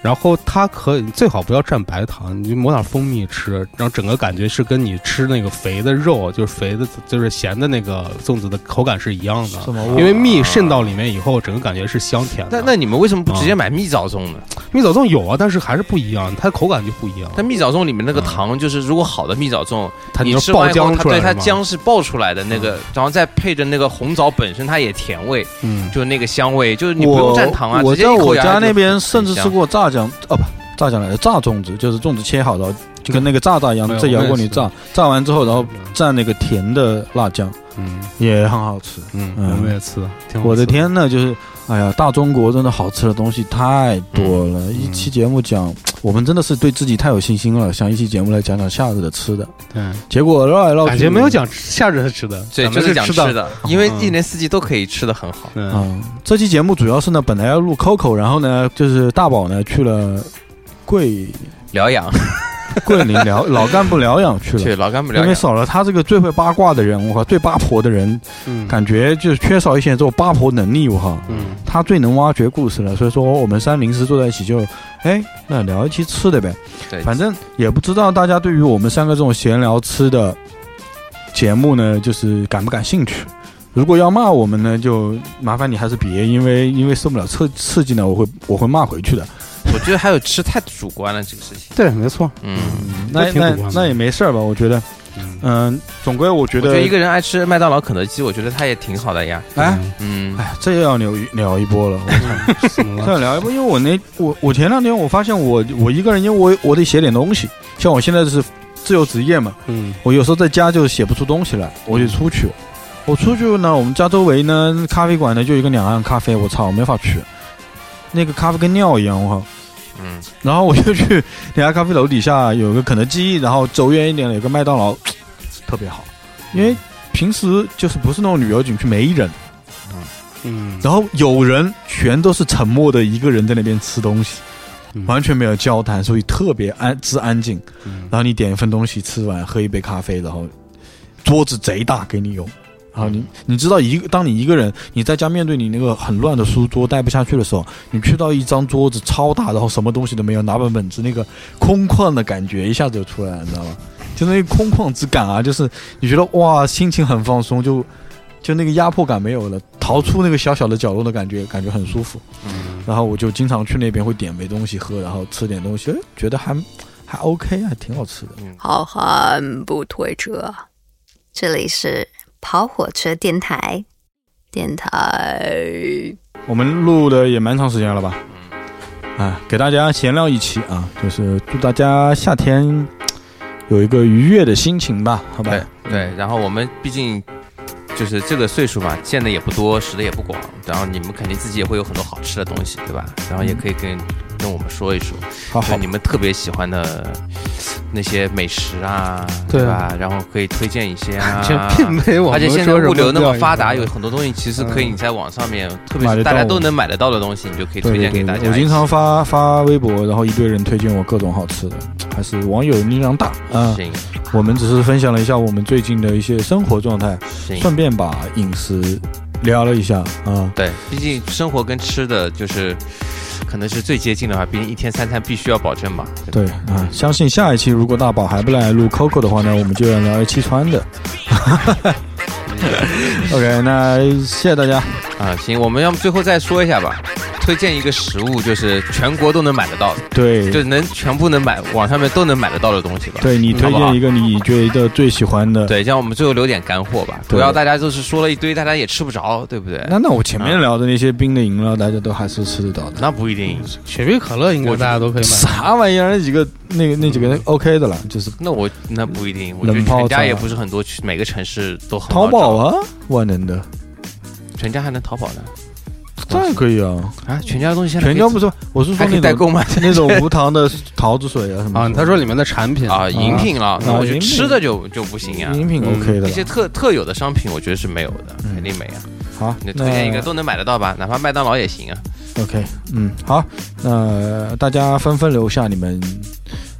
Speaker 3: 然后它可以最好不要蘸白糖，你就抹点蜂蜜吃，然后整个感觉是跟你吃那个肥的肉，就是肥的，就是咸的那个粽子的口感是一样的
Speaker 1: 是。吗？
Speaker 3: 因为蜜渗到里面以后，整个感觉是香甜
Speaker 2: 那
Speaker 3: 的。
Speaker 2: 啊那你们为什么不直接
Speaker 1: 啊
Speaker 2: 买蜜枣粽呢？
Speaker 3: 蜜枣粽有啊，但是还是不一样，它口感就不一样。
Speaker 2: 但蜜枣粽里面那个
Speaker 1: 嗯
Speaker 2: 糖，就是如果好的蜜枣粽，
Speaker 3: 它
Speaker 2: 你
Speaker 3: 你
Speaker 2: 吃
Speaker 3: 说爆
Speaker 2: 完以后，
Speaker 3: 浆
Speaker 2: 它
Speaker 3: 出来
Speaker 2: 对
Speaker 3: 是吗
Speaker 2: 它浆是爆出来的那个，然后再配着那个红枣本身，它也甜味，
Speaker 3: 嗯，
Speaker 2: 就是那个香味，就是你不用
Speaker 1: 我
Speaker 2: 蘸糖啊，
Speaker 1: 我
Speaker 2: 直接
Speaker 1: 在
Speaker 2: 一口
Speaker 1: 我
Speaker 2: 咬下
Speaker 1: 家
Speaker 2: 去
Speaker 1: 那边甚至吃过榨炸酱哦不炸酱来的炸粽子，就是粽子切好了，就跟那个炸炸一样
Speaker 3: 没，有
Speaker 1: 在
Speaker 3: 我
Speaker 1: 油
Speaker 3: 也
Speaker 1: 锅里
Speaker 3: 是
Speaker 1: 炸，炸完之后然后蘸那个甜的辣酱
Speaker 3: 嗯
Speaker 1: 也很好吃。
Speaker 3: 嗯，
Speaker 1: 嗯
Speaker 3: 我们也吃，挺好吃
Speaker 1: 我的，天呐，就是哎呀，大中国真的好吃的东西太多了。
Speaker 3: 嗯
Speaker 1: 一期节目讲，我们真的是对自己太有信心了，想一期节目来讲讲夏日的吃的，
Speaker 3: 对，
Speaker 1: 结果绕来绕去，
Speaker 3: 感觉没有讲夏日的吃的，
Speaker 2: 对，
Speaker 3: 咱
Speaker 2: 就
Speaker 3: 们
Speaker 2: 是讲
Speaker 3: 吃
Speaker 2: 吃
Speaker 3: 的，
Speaker 2: 的，啊因为一年四季都可以吃的很好。
Speaker 3: 嗯，
Speaker 1: 嗯，这期节目主要是呢，本来要录 Coco，然后呢，就是大宝呢去了贵
Speaker 2: 疗养
Speaker 1: 桂林疗老干部疗养去了，
Speaker 2: 去老干部疗
Speaker 1: 因为
Speaker 2: 养，
Speaker 1: 少了他这个最会八卦的人，我靠，最八婆的人，
Speaker 3: 嗯
Speaker 1: 感觉就是缺少一些这种八婆能力，我靠，
Speaker 3: 嗯
Speaker 1: 他最能挖掘故事了。所以说我们三零四坐在一起就，哎，那聊一期吃的呗，
Speaker 2: 对，
Speaker 1: 反正也不知道大家对于我们三个这种闲聊吃的节目呢，就是感不感兴趣？如果要骂我们呢，就麻烦你还是别，因为因为受不了刺刺激呢，我会我会骂回去的。
Speaker 2: 我觉得还有吃太主观了这个事情。
Speaker 3: 对，没错，
Speaker 2: 嗯，
Speaker 1: 那
Speaker 3: 那挺
Speaker 1: 那
Speaker 3: 主观的
Speaker 1: 那也没事儿吧？我觉得，
Speaker 3: 嗯
Speaker 1: 嗯、总归我觉
Speaker 2: 我觉
Speaker 1: 得
Speaker 2: 得一个人爱吃麦当劳、肯德基，我觉得他也挺好的呀。
Speaker 1: 哎
Speaker 2: 嗯，
Speaker 1: 哎，这又要聊一聊一波了。
Speaker 3: 嗯怎么
Speaker 1: 这
Speaker 3: 了？
Speaker 1: 要聊一波，因为我那我我前两天我发现我我一个人，因为我我得写点东西，像我现在是自由职业嘛，
Speaker 3: 嗯
Speaker 1: 我有时候在家就写不出东西来，我就出去。我出去呢，我们家周围呢，咖啡馆呢就有一个两岸咖啡，我操，我没法去。那个咖啡跟尿一样，我靠。
Speaker 2: 嗯。
Speaker 1: 然后我就去 两岸咖啡楼底下有个肯德基，然后走远一点有个麦当劳，特别好。因为平时就是不是那种旅游景区没人，
Speaker 3: 嗯，
Speaker 1: 然后有人全都是沉默的一个人在那边吃东西，
Speaker 3: 嗯
Speaker 1: 完全没有交谈，所以特别安之安静。
Speaker 3: 嗯
Speaker 1: 然后你点一份东西，吃完喝一杯咖啡，然后桌子贼大给你用。然后你你知道一个，当你一个人你在家面对你那个很乱的书桌待不下去的时候，你去到一张桌子超大，然后什么东西都没有，拿本本子，那个空旷的感觉一下子就出来了，你知道吗？就那个空旷之感啊，就是你觉得哇，心情很放松，就就那个压迫感没有了，逃出那个小小的角落的感觉，感觉很舒服。然后我就经常去那边会点杯东西喝，然后吃点东西，哎觉得还还 OK，还挺好吃的。
Speaker 2: 嗯
Speaker 5: 好汉不推车。
Speaker 4: 这里是跑火车电台，电台
Speaker 1: 我们录的也蛮长时间了吧？啊，给大家闲聊一期啊，就是祝大家夏天有一个愉悦的心情吧，好吧？
Speaker 2: 对对，然后我们毕竟就是这个岁数嘛，见的也不多，识的也不广，然后你们肯定自己也会有很多好吃的东西，对吧？然后也可以跟跟我们说一说，
Speaker 1: 好
Speaker 2: 就
Speaker 1: 好
Speaker 2: 你们特别喜欢的那些美食啊，
Speaker 3: 对。
Speaker 2: 吧？然后可以推荐一些 啊
Speaker 3: 这并没我
Speaker 2: 而
Speaker 3: 们
Speaker 2: 且
Speaker 3: 说
Speaker 2: 现
Speaker 3: 什
Speaker 2: 在
Speaker 3: 么
Speaker 2: 物流那么
Speaker 3: 掉一
Speaker 2: 发达，
Speaker 3: 块
Speaker 2: 有很多东西其实可以
Speaker 3: 嗯
Speaker 2: 你在网上面，特别
Speaker 1: 买得
Speaker 2: 是大家
Speaker 1: 到
Speaker 2: 都能买得到的东西，你就可以
Speaker 1: 对
Speaker 2: 推
Speaker 1: 对
Speaker 2: 荐给
Speaker 1: 对，
Speaker 2: 大家。
Speaker 1: 我经常发发微博，然后一堆人推荐我各种好吃的，还是网友力量大啊、
Speaker 2: 行
Speaker 1: 我们只是分享了一下我们最近的一些生活状态，
Speaker 2: 行，
Speaker 1: 顺便把饮食聊了一下啊、
Speaker 2: 对，毕竟生活跟吃的就是可能是最接近的话，毕竟一天三餐必须要保证嘛。对吧
Speaker 1: 对啊，相信下一期如果大宝还不来录 Coco 的话呢，我们就要聊一期穿 的。OK，那谢谢大家。
Speaker 2: 啊，行，我们要不最后再说一下吧，推荐一个食物，就是全国都能买得到的，
Speaker 1: 对，
Speaker 2: 就是能全部能买，网上面都能买得到的东西吧。
Speaker 1: 嗯对你推
Speaker 2: 好不好
Speaker 1: 荐一个你觉得最喜欢的。，
Speaker 2: 对，这样我们最后留点干货吧，
Speaker 1: 对
Speaker 2: 不要大家就是说了一堆，大家也吃不着，对不对？
Speaker 1: 那那我前面聊的那些冰的饮
Speaker 2: 啊
Speaker 1: 料，大家都还是吃得到的。
Speaker 2: 那不一定，
Speaker 3: 雪碧、可乐应该
Speaker 2: 我
Speaker 3: 大家都可以买。
Speaker 1: 啥玩意儿？那几个那个那几
Speaker 2: 嗯
Speaker 1: 个 OK 的了，就是
Speaker 2: 那我那不一定，我觉得
Speaker 1: 冷泡
Speaker 2: 全家
Speaker 1: 菜
Speaker 2: 也
Speaker 1: 啊
Speaker 2: 不是很多，去每个城市都很
Speaker 1: 淘
Speaker 2: 好找
Speaker 1: 宝，啊，万能的，
Speaker 2: 全家还能淘宝呢
Speaker 1: 当然可以啊。
Speaker 2: 啊，全家的东西现在
Speaker 1: 全
Speaker 2: 可以
Speaker 1: 家不是，我是说
Speaker 2: 还可以代
Speaker 1: 那种
Speaker 2: 购吗？
Speaker 1: 那 种无糖的桃子水啊什么
Speaker 3: 啊，
Speaker 1: 的
Speaker 3: 他说里面的产品
Speaker 2: 啊，饮品了，那我觉
Speaker 1: 饮
Speaker 2: 得
Speaker 1: 品
Speaker 2: 吃的就就不行呀。
Speaker 1: 饮品 OK 的
Speaker 2: 啊嗯一些
Speaker 1: 了。
Speaker 2: 特特有的商品，我觉得是没有的，
Speaker 1: 嗯
Speaker 2: 肯定没啊。
Speaker 1: 好，
Speaker 2: 你推荐一
Speaker 1: 那
Speaker 2: 个都能买得到吧，哪怕麦当劳也行啊。
Speaker 1: OK，嗯，好，那大家纷纷留下你们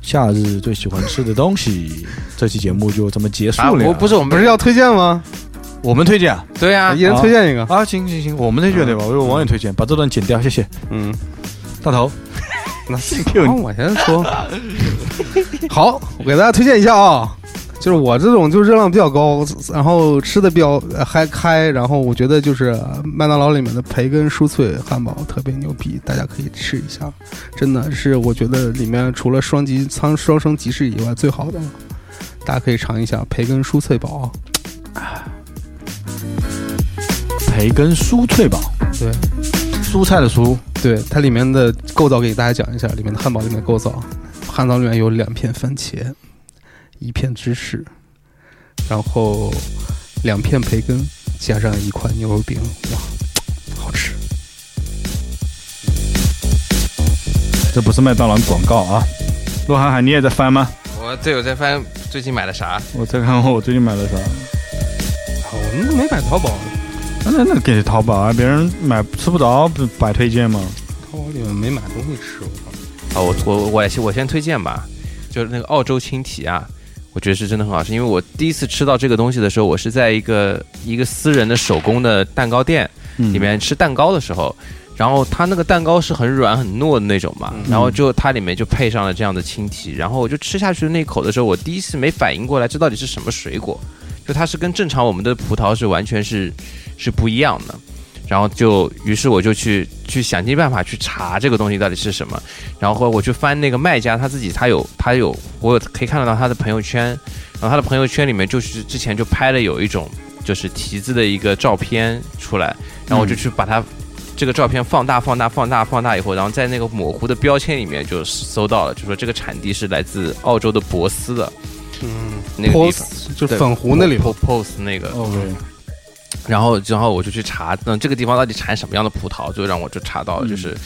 Speaker 1: 夏日最喜欢吃的东 西。这期节目就这么结束
Speaker 2: 啊，
Speaker 1: 了呀。
Speaker 2: 我不是我们
Speaker 3: 不是要推荐吗？
Speaker 1: 我们推荐啊，嗯
Speaker 2: 对啊
Speaker 3: 一，人推荐一个。
Speaker 1: 啊行行行，我们推荐对吧？我有网友推荐，把这段剪掉，谢谢
Speaker 3: 嗯，
Speaker 1: 大头。
Speaker 3: 那
Speaker 1: Q 你
Speaker 3: 好我先说。 好，我给大家推荐一下啊，就是我这种就热量比较高，然后吃的比较呃嗨开，然后我觉得就是呃麦当劳里面的培根酥脆汉堡特别牛逼，大家可以吃一下，真的是我觉得里面除了双级仓双生吉士以外最好的了，大家可以尝一下培根酥脆堡啊。
Speaker 1: 培根酥脆堡，
Speaker 3: 对
Speaker 1: 蔬菜的蔬，
Speaker 3: 对它里面的构造给大家讲一下，里面的汉堡里面的构造，汉堡里面有两片番茄，一片芝士，然后两片培根，加上一块牛肉饼，哇，好吃！
Speaker 1: 这不是麦当劳广告啊。洛涵涵，你也在翻吗？
Speaker 2: 我队友在翻最近买了啥，
Speaker 1: 我在看看我最近买了啥。
Speaker 3: 啊，我们都没买淘宝，
Speaker 1: 啊那那给淘宝啊，别人买吃不着，不摆推荐吗？
Speaker 3: 淘宝里面没买东西吃，我靠
Speaker 2: 啊，我我我先我先推荐吧，就是那个澳洲青提啊，我觉得是真的很好吃。因为我第一次吃到这个东西的时候，我是在一个一个私人的手工的蛋糕店
Speaker 1: 嗯
Speaker 2: 里面吃蛋糕的时候，然后它那个蛋糕是很软很糯的那种嘛，然后就它里面就配上了这样的青提，然后我就吃下去的那一口的时候，我第一次没反应过来这到底是什么水果，就它是跟正常我们的葡萄是完全是是不一样的。然后就，于是我就去去想尽办法去查这个东西到底是什么。然后我去翻那个卖家他自己，他有他有，我有可以看得到他的朋友圈，然后他的朋友圈里面就是之前就拍了有一种就是提子的一个照片出来，然后我就去把它这个照片放大放大放大放大以后，然后在那个模糊的标签里面就搜到了，就说这个产地是来自澳洲的博斯的，嗯，那个地方
Speaker 3: Pos- 就粉湖那里头，
Speaker 2: ，pose 那个，
Speaker 1: OK，
Speaker 2: 然后，然后我就去查，嗯，这个地方到底产什么样的葡萄？就让我就查到了，就是、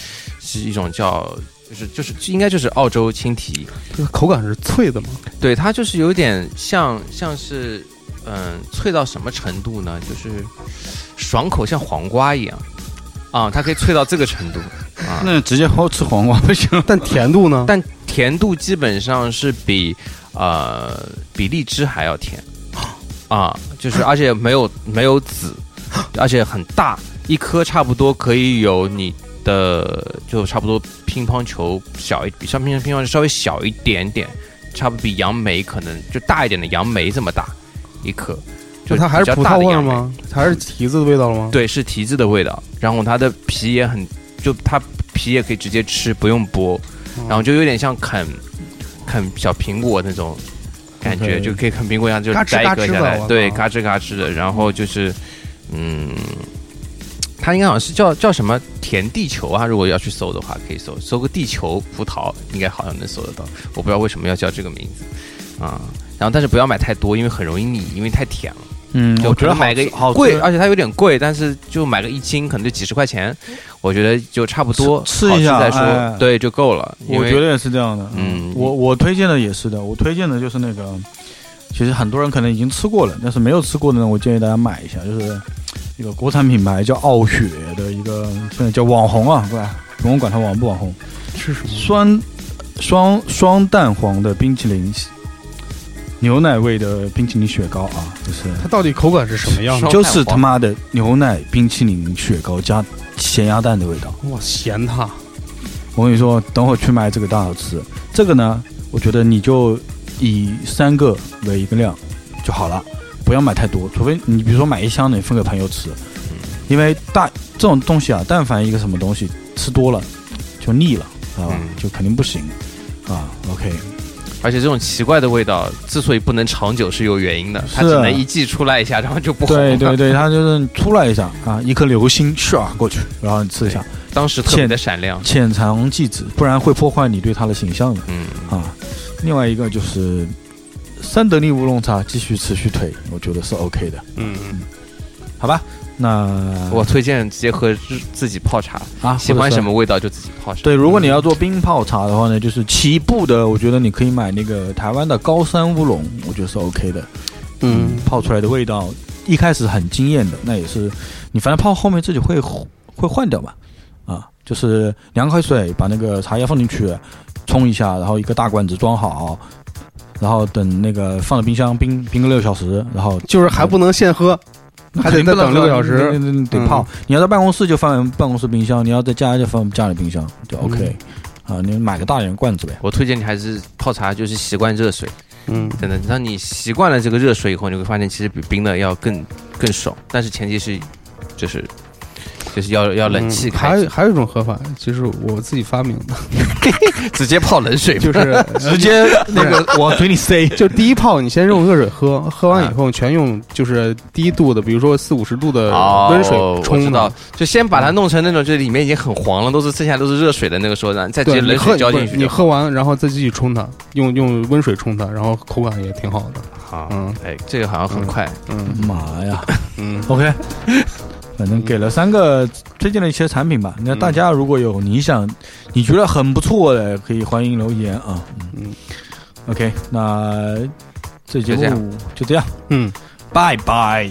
Speaker 2: 是一种叫，就是就是应该就是澳洲青提，
Speaker 3: 它口感是脆 的嘛，
Speaker 2: 对，它就是有点像像是，嗯，脆到什么程度呢？就是爽口，像黄瓜一样，啊、它可以脆到这个程度啊。
Speaker 1: 那直接好吃黄瓜不行？
Speaker 3: 但甜 度呢？
Speaker 2: 但甜度基本上是比呃比荔枝还要甜啊，就是而且没有 没有籽，而且很大，一颗差不多可以有你的就差不多乒乓球小一比上乒乓乒乓球稍微小一点点，差不多比杨梅可能就大一点的杨梅这么大一颗，就
Speaker 3: 就它还是
Speaker 2: 比较
Speaker 3: 葡
Speaker 2: 大
Speaker 3: 萄
Speaker 2: 的
Speaker 3: 味儿
Speaker 2: 杨梅
Speaker 3: 吗？还是提子的味道吗？
Speaker 2: 对，是提子的味道。然后它的皮也很，就它皮也可以直接吃，不用剥，
Speaker 3: 嗯
Speaker 2: 然后就有点像啃啃小苹果那种感觉，
Speaker 1: OK
Speaker 2: 就可以啃苹果一样，就
Speaker 3: 嘎吱
Speaker 2: 摘一
Speaker 3: 嘎
Speaker 2: 个
Speaker 3: 吱
Speaker 2: 下
Speaker 3: 的
Speaker 2: 来
Speaker 3: 我，
Speaker 2: 对，
Speaker 3: 靠
Speaker 2: 嘎吱嘎吱的。然后就是，嗯，它应该好像是叫叫什么甜地球啊，如果要去搜的话，可以搜搜个地球葡萄，应该好像能搜得到。我不知道为什么要叫这个名字啊。然后，但是不要买太多，因为很容易腻，因为太甜了。
Speaker 1: 嗯我
Speaker 2: 就
Speaker 1: 觉
Speaker 2: 可
Speaker 1: 得
Speaker 2: 能
Speaker 1: 好
Speaker 2: 买个
Speaker 1: 吃好吃
Speaker 2: 贵，而且它有点贵，但是就买个一斤可能就几十块钱，我觉得就差不多，
Speaker 1: 吃
Speaker 2: 好
Speaker 1: 吃一下
Speaker 2: 再说
Speaker 1: 哎，
Speaker 2: 对就够了。因
Speaker 1: 我
Speaker 2: 为
Speaker 1: 觉得也是这样的。
Speaker 2: 嗯
Speaker 1: 我我推荐的也是的，我推荐的就是那个，其实很多人可能已经吃过了，但是没有吃过的呢，我建议大家买一下，就是一个国产品牌叫傲雪的一个，现在叫网红啊，对吧？不用管它网不网红，
Speaker 3: 是什么？
Speaker 1: 酸双双蛋黄的冰淇淋，牛奶味的冰淇淋雪糕啊，就是
Speaker 3: 它到底口感是什么样的？
Speaker 2: 双
Speaker 1: 就是
Speaker 2: 蛋黄
Speaker 1: 他妈的牛奶冰淇淋雪糕加咸鸭蛋的味道。
Speaker 3: 哇，咸它！
Speaker 1: 我跟你说，等会儿去买这个大好吃。这个呢，我觉得你就以三个为一个量就好了，不要买太多，除非你比如说买一箱的，你分给朋友吃。因为大这种东西啊，但凡一个什么东西吃多了就腻了，知道吧？
Speaker 2: 嗯
Speaker 1: 就肯定不行啊。OK，
Speaker 2: 而且这种奇怪的味道之所以不能长久是有原因的，它
Speaker 1: 是
Speaker 2: 只能一季出来一下，然后就不红
Speaker 1: 对
Speaker 2: 了。
Speaker 1: 对对，它就是出来一下啊，一颗流星唰过去，然后你吃一下，
Speaker 2: 当时特别的闪亮。
Speaker 1: 浅尝即止，不然会破坏你对它的形象的。
Speaker 2: 嗯，
Speaker 1: 啊，另外一个就是三得利乌龙茶继续持续推，我觉得是 OK 的，
Speaker 3: 嗯，
Speaker 1: 好吧？那
Speaker 2: 我推荐直接喝自自己泡茶，
Speaker 1: 啊，
Speaker 2: 喜欢什
Speaker 1: 么？
Speaker 2: 么味道就自己泡茶。
Speaker 1: 对，如果你要做冰泡茶的话呢，就是起步的，我觉得你可以买那个台湾的高山乌龙，我觉得是 OK 的。
Speaker 3: 嗯，
Speaker 1: 泡出来的味道一开始很惊艳的，那也是你反正泡后面自己会会换掉嘛，啊，就是凉开水把那个茶叶放进去冲一下，然后一个大罐子装好，然后等那个放到冰箱冰冰个六小时，然后
Speaker 3: 就是还不能现喝，
Speaker 1: 那
Speaker 3: 还得
Speaker 1: 肯定
Speaker 3: 再等
Speaker 1: 不能
Speaker 3: 6小时嗯
Speaker 1: 喝你你你得泡。你要在办公室就放办公室冰箱，你要在家就放家里冰箱，就 OK、啊，
Speaker 3: 嗯
Speaker 1: 你买个大点罐子呗。
Speaker 2: 我推荐你还是泡茶，就是习惯热水，
Speaker 3: 嗯，
Speaker 2: 真的。当你习惯了这个热水以后，你会发现其实比冰的要更更爽，但是前提是就是就是要要冷嗯气
Speaker 3: 嗯还
Speaker 2: 开
Speaker 3: 有
Speaker 2: 机，
Speaker 3: 还有一种喝法，就是我自己发明的，
Speaker 2: 直接泡冷水。
Speaker 3: 就是呃
Speaker 1: 直接那个 往嘴里塞。
Speaker 3: 就第一泡，你先用热水喝，喝完
Speaker 2: 啊
Speaker 3: 以后全用就是低度的，比如说四五十度的
Speaker 2: 哦，
Speaker 3: 温水
Speaker 2: 我
Speaker 3: 冲
Speaker 2: 知
Speaker 3: 的。
Speaker 2: 道，就先把它弄成那种，就是里面已经很黄了，都是剩下都是热水的那个时候，然后再直
Speaker 3: 对，
Speaker 2: 接
Speaker 3: 你
Speaker 2: 冷
Speaker 3: 喝
Speaker 2: 水浇进
Speaker 3: 不
Speaker 2: 去
Speaker 3: 是你
Speaker 2: 就
Speaker 3: 喝完然后再继续冲它，用用温水冲它，然后口感也挺好的。
Speaker 2: 好。
Speaker 3: 嗯
Speaker 2: 哎，这个好像很快，
Speaker 3: 嗯
Speaker 1: 妈呀
Speaker 3: 嗯，
Speaker 1: ！OK，反正给了三个推荐了一些产品吧。那大家如果有你想你觉得很不错的，可以欢迎留言啊。嗯
Speaker 3: 嗯
Speaker 1: ，OK，那这节
Speaker 2: 就这样
Speaker 1: 目就这样，
Speaker 3: 嗯，
Speaker 1: 拜拜。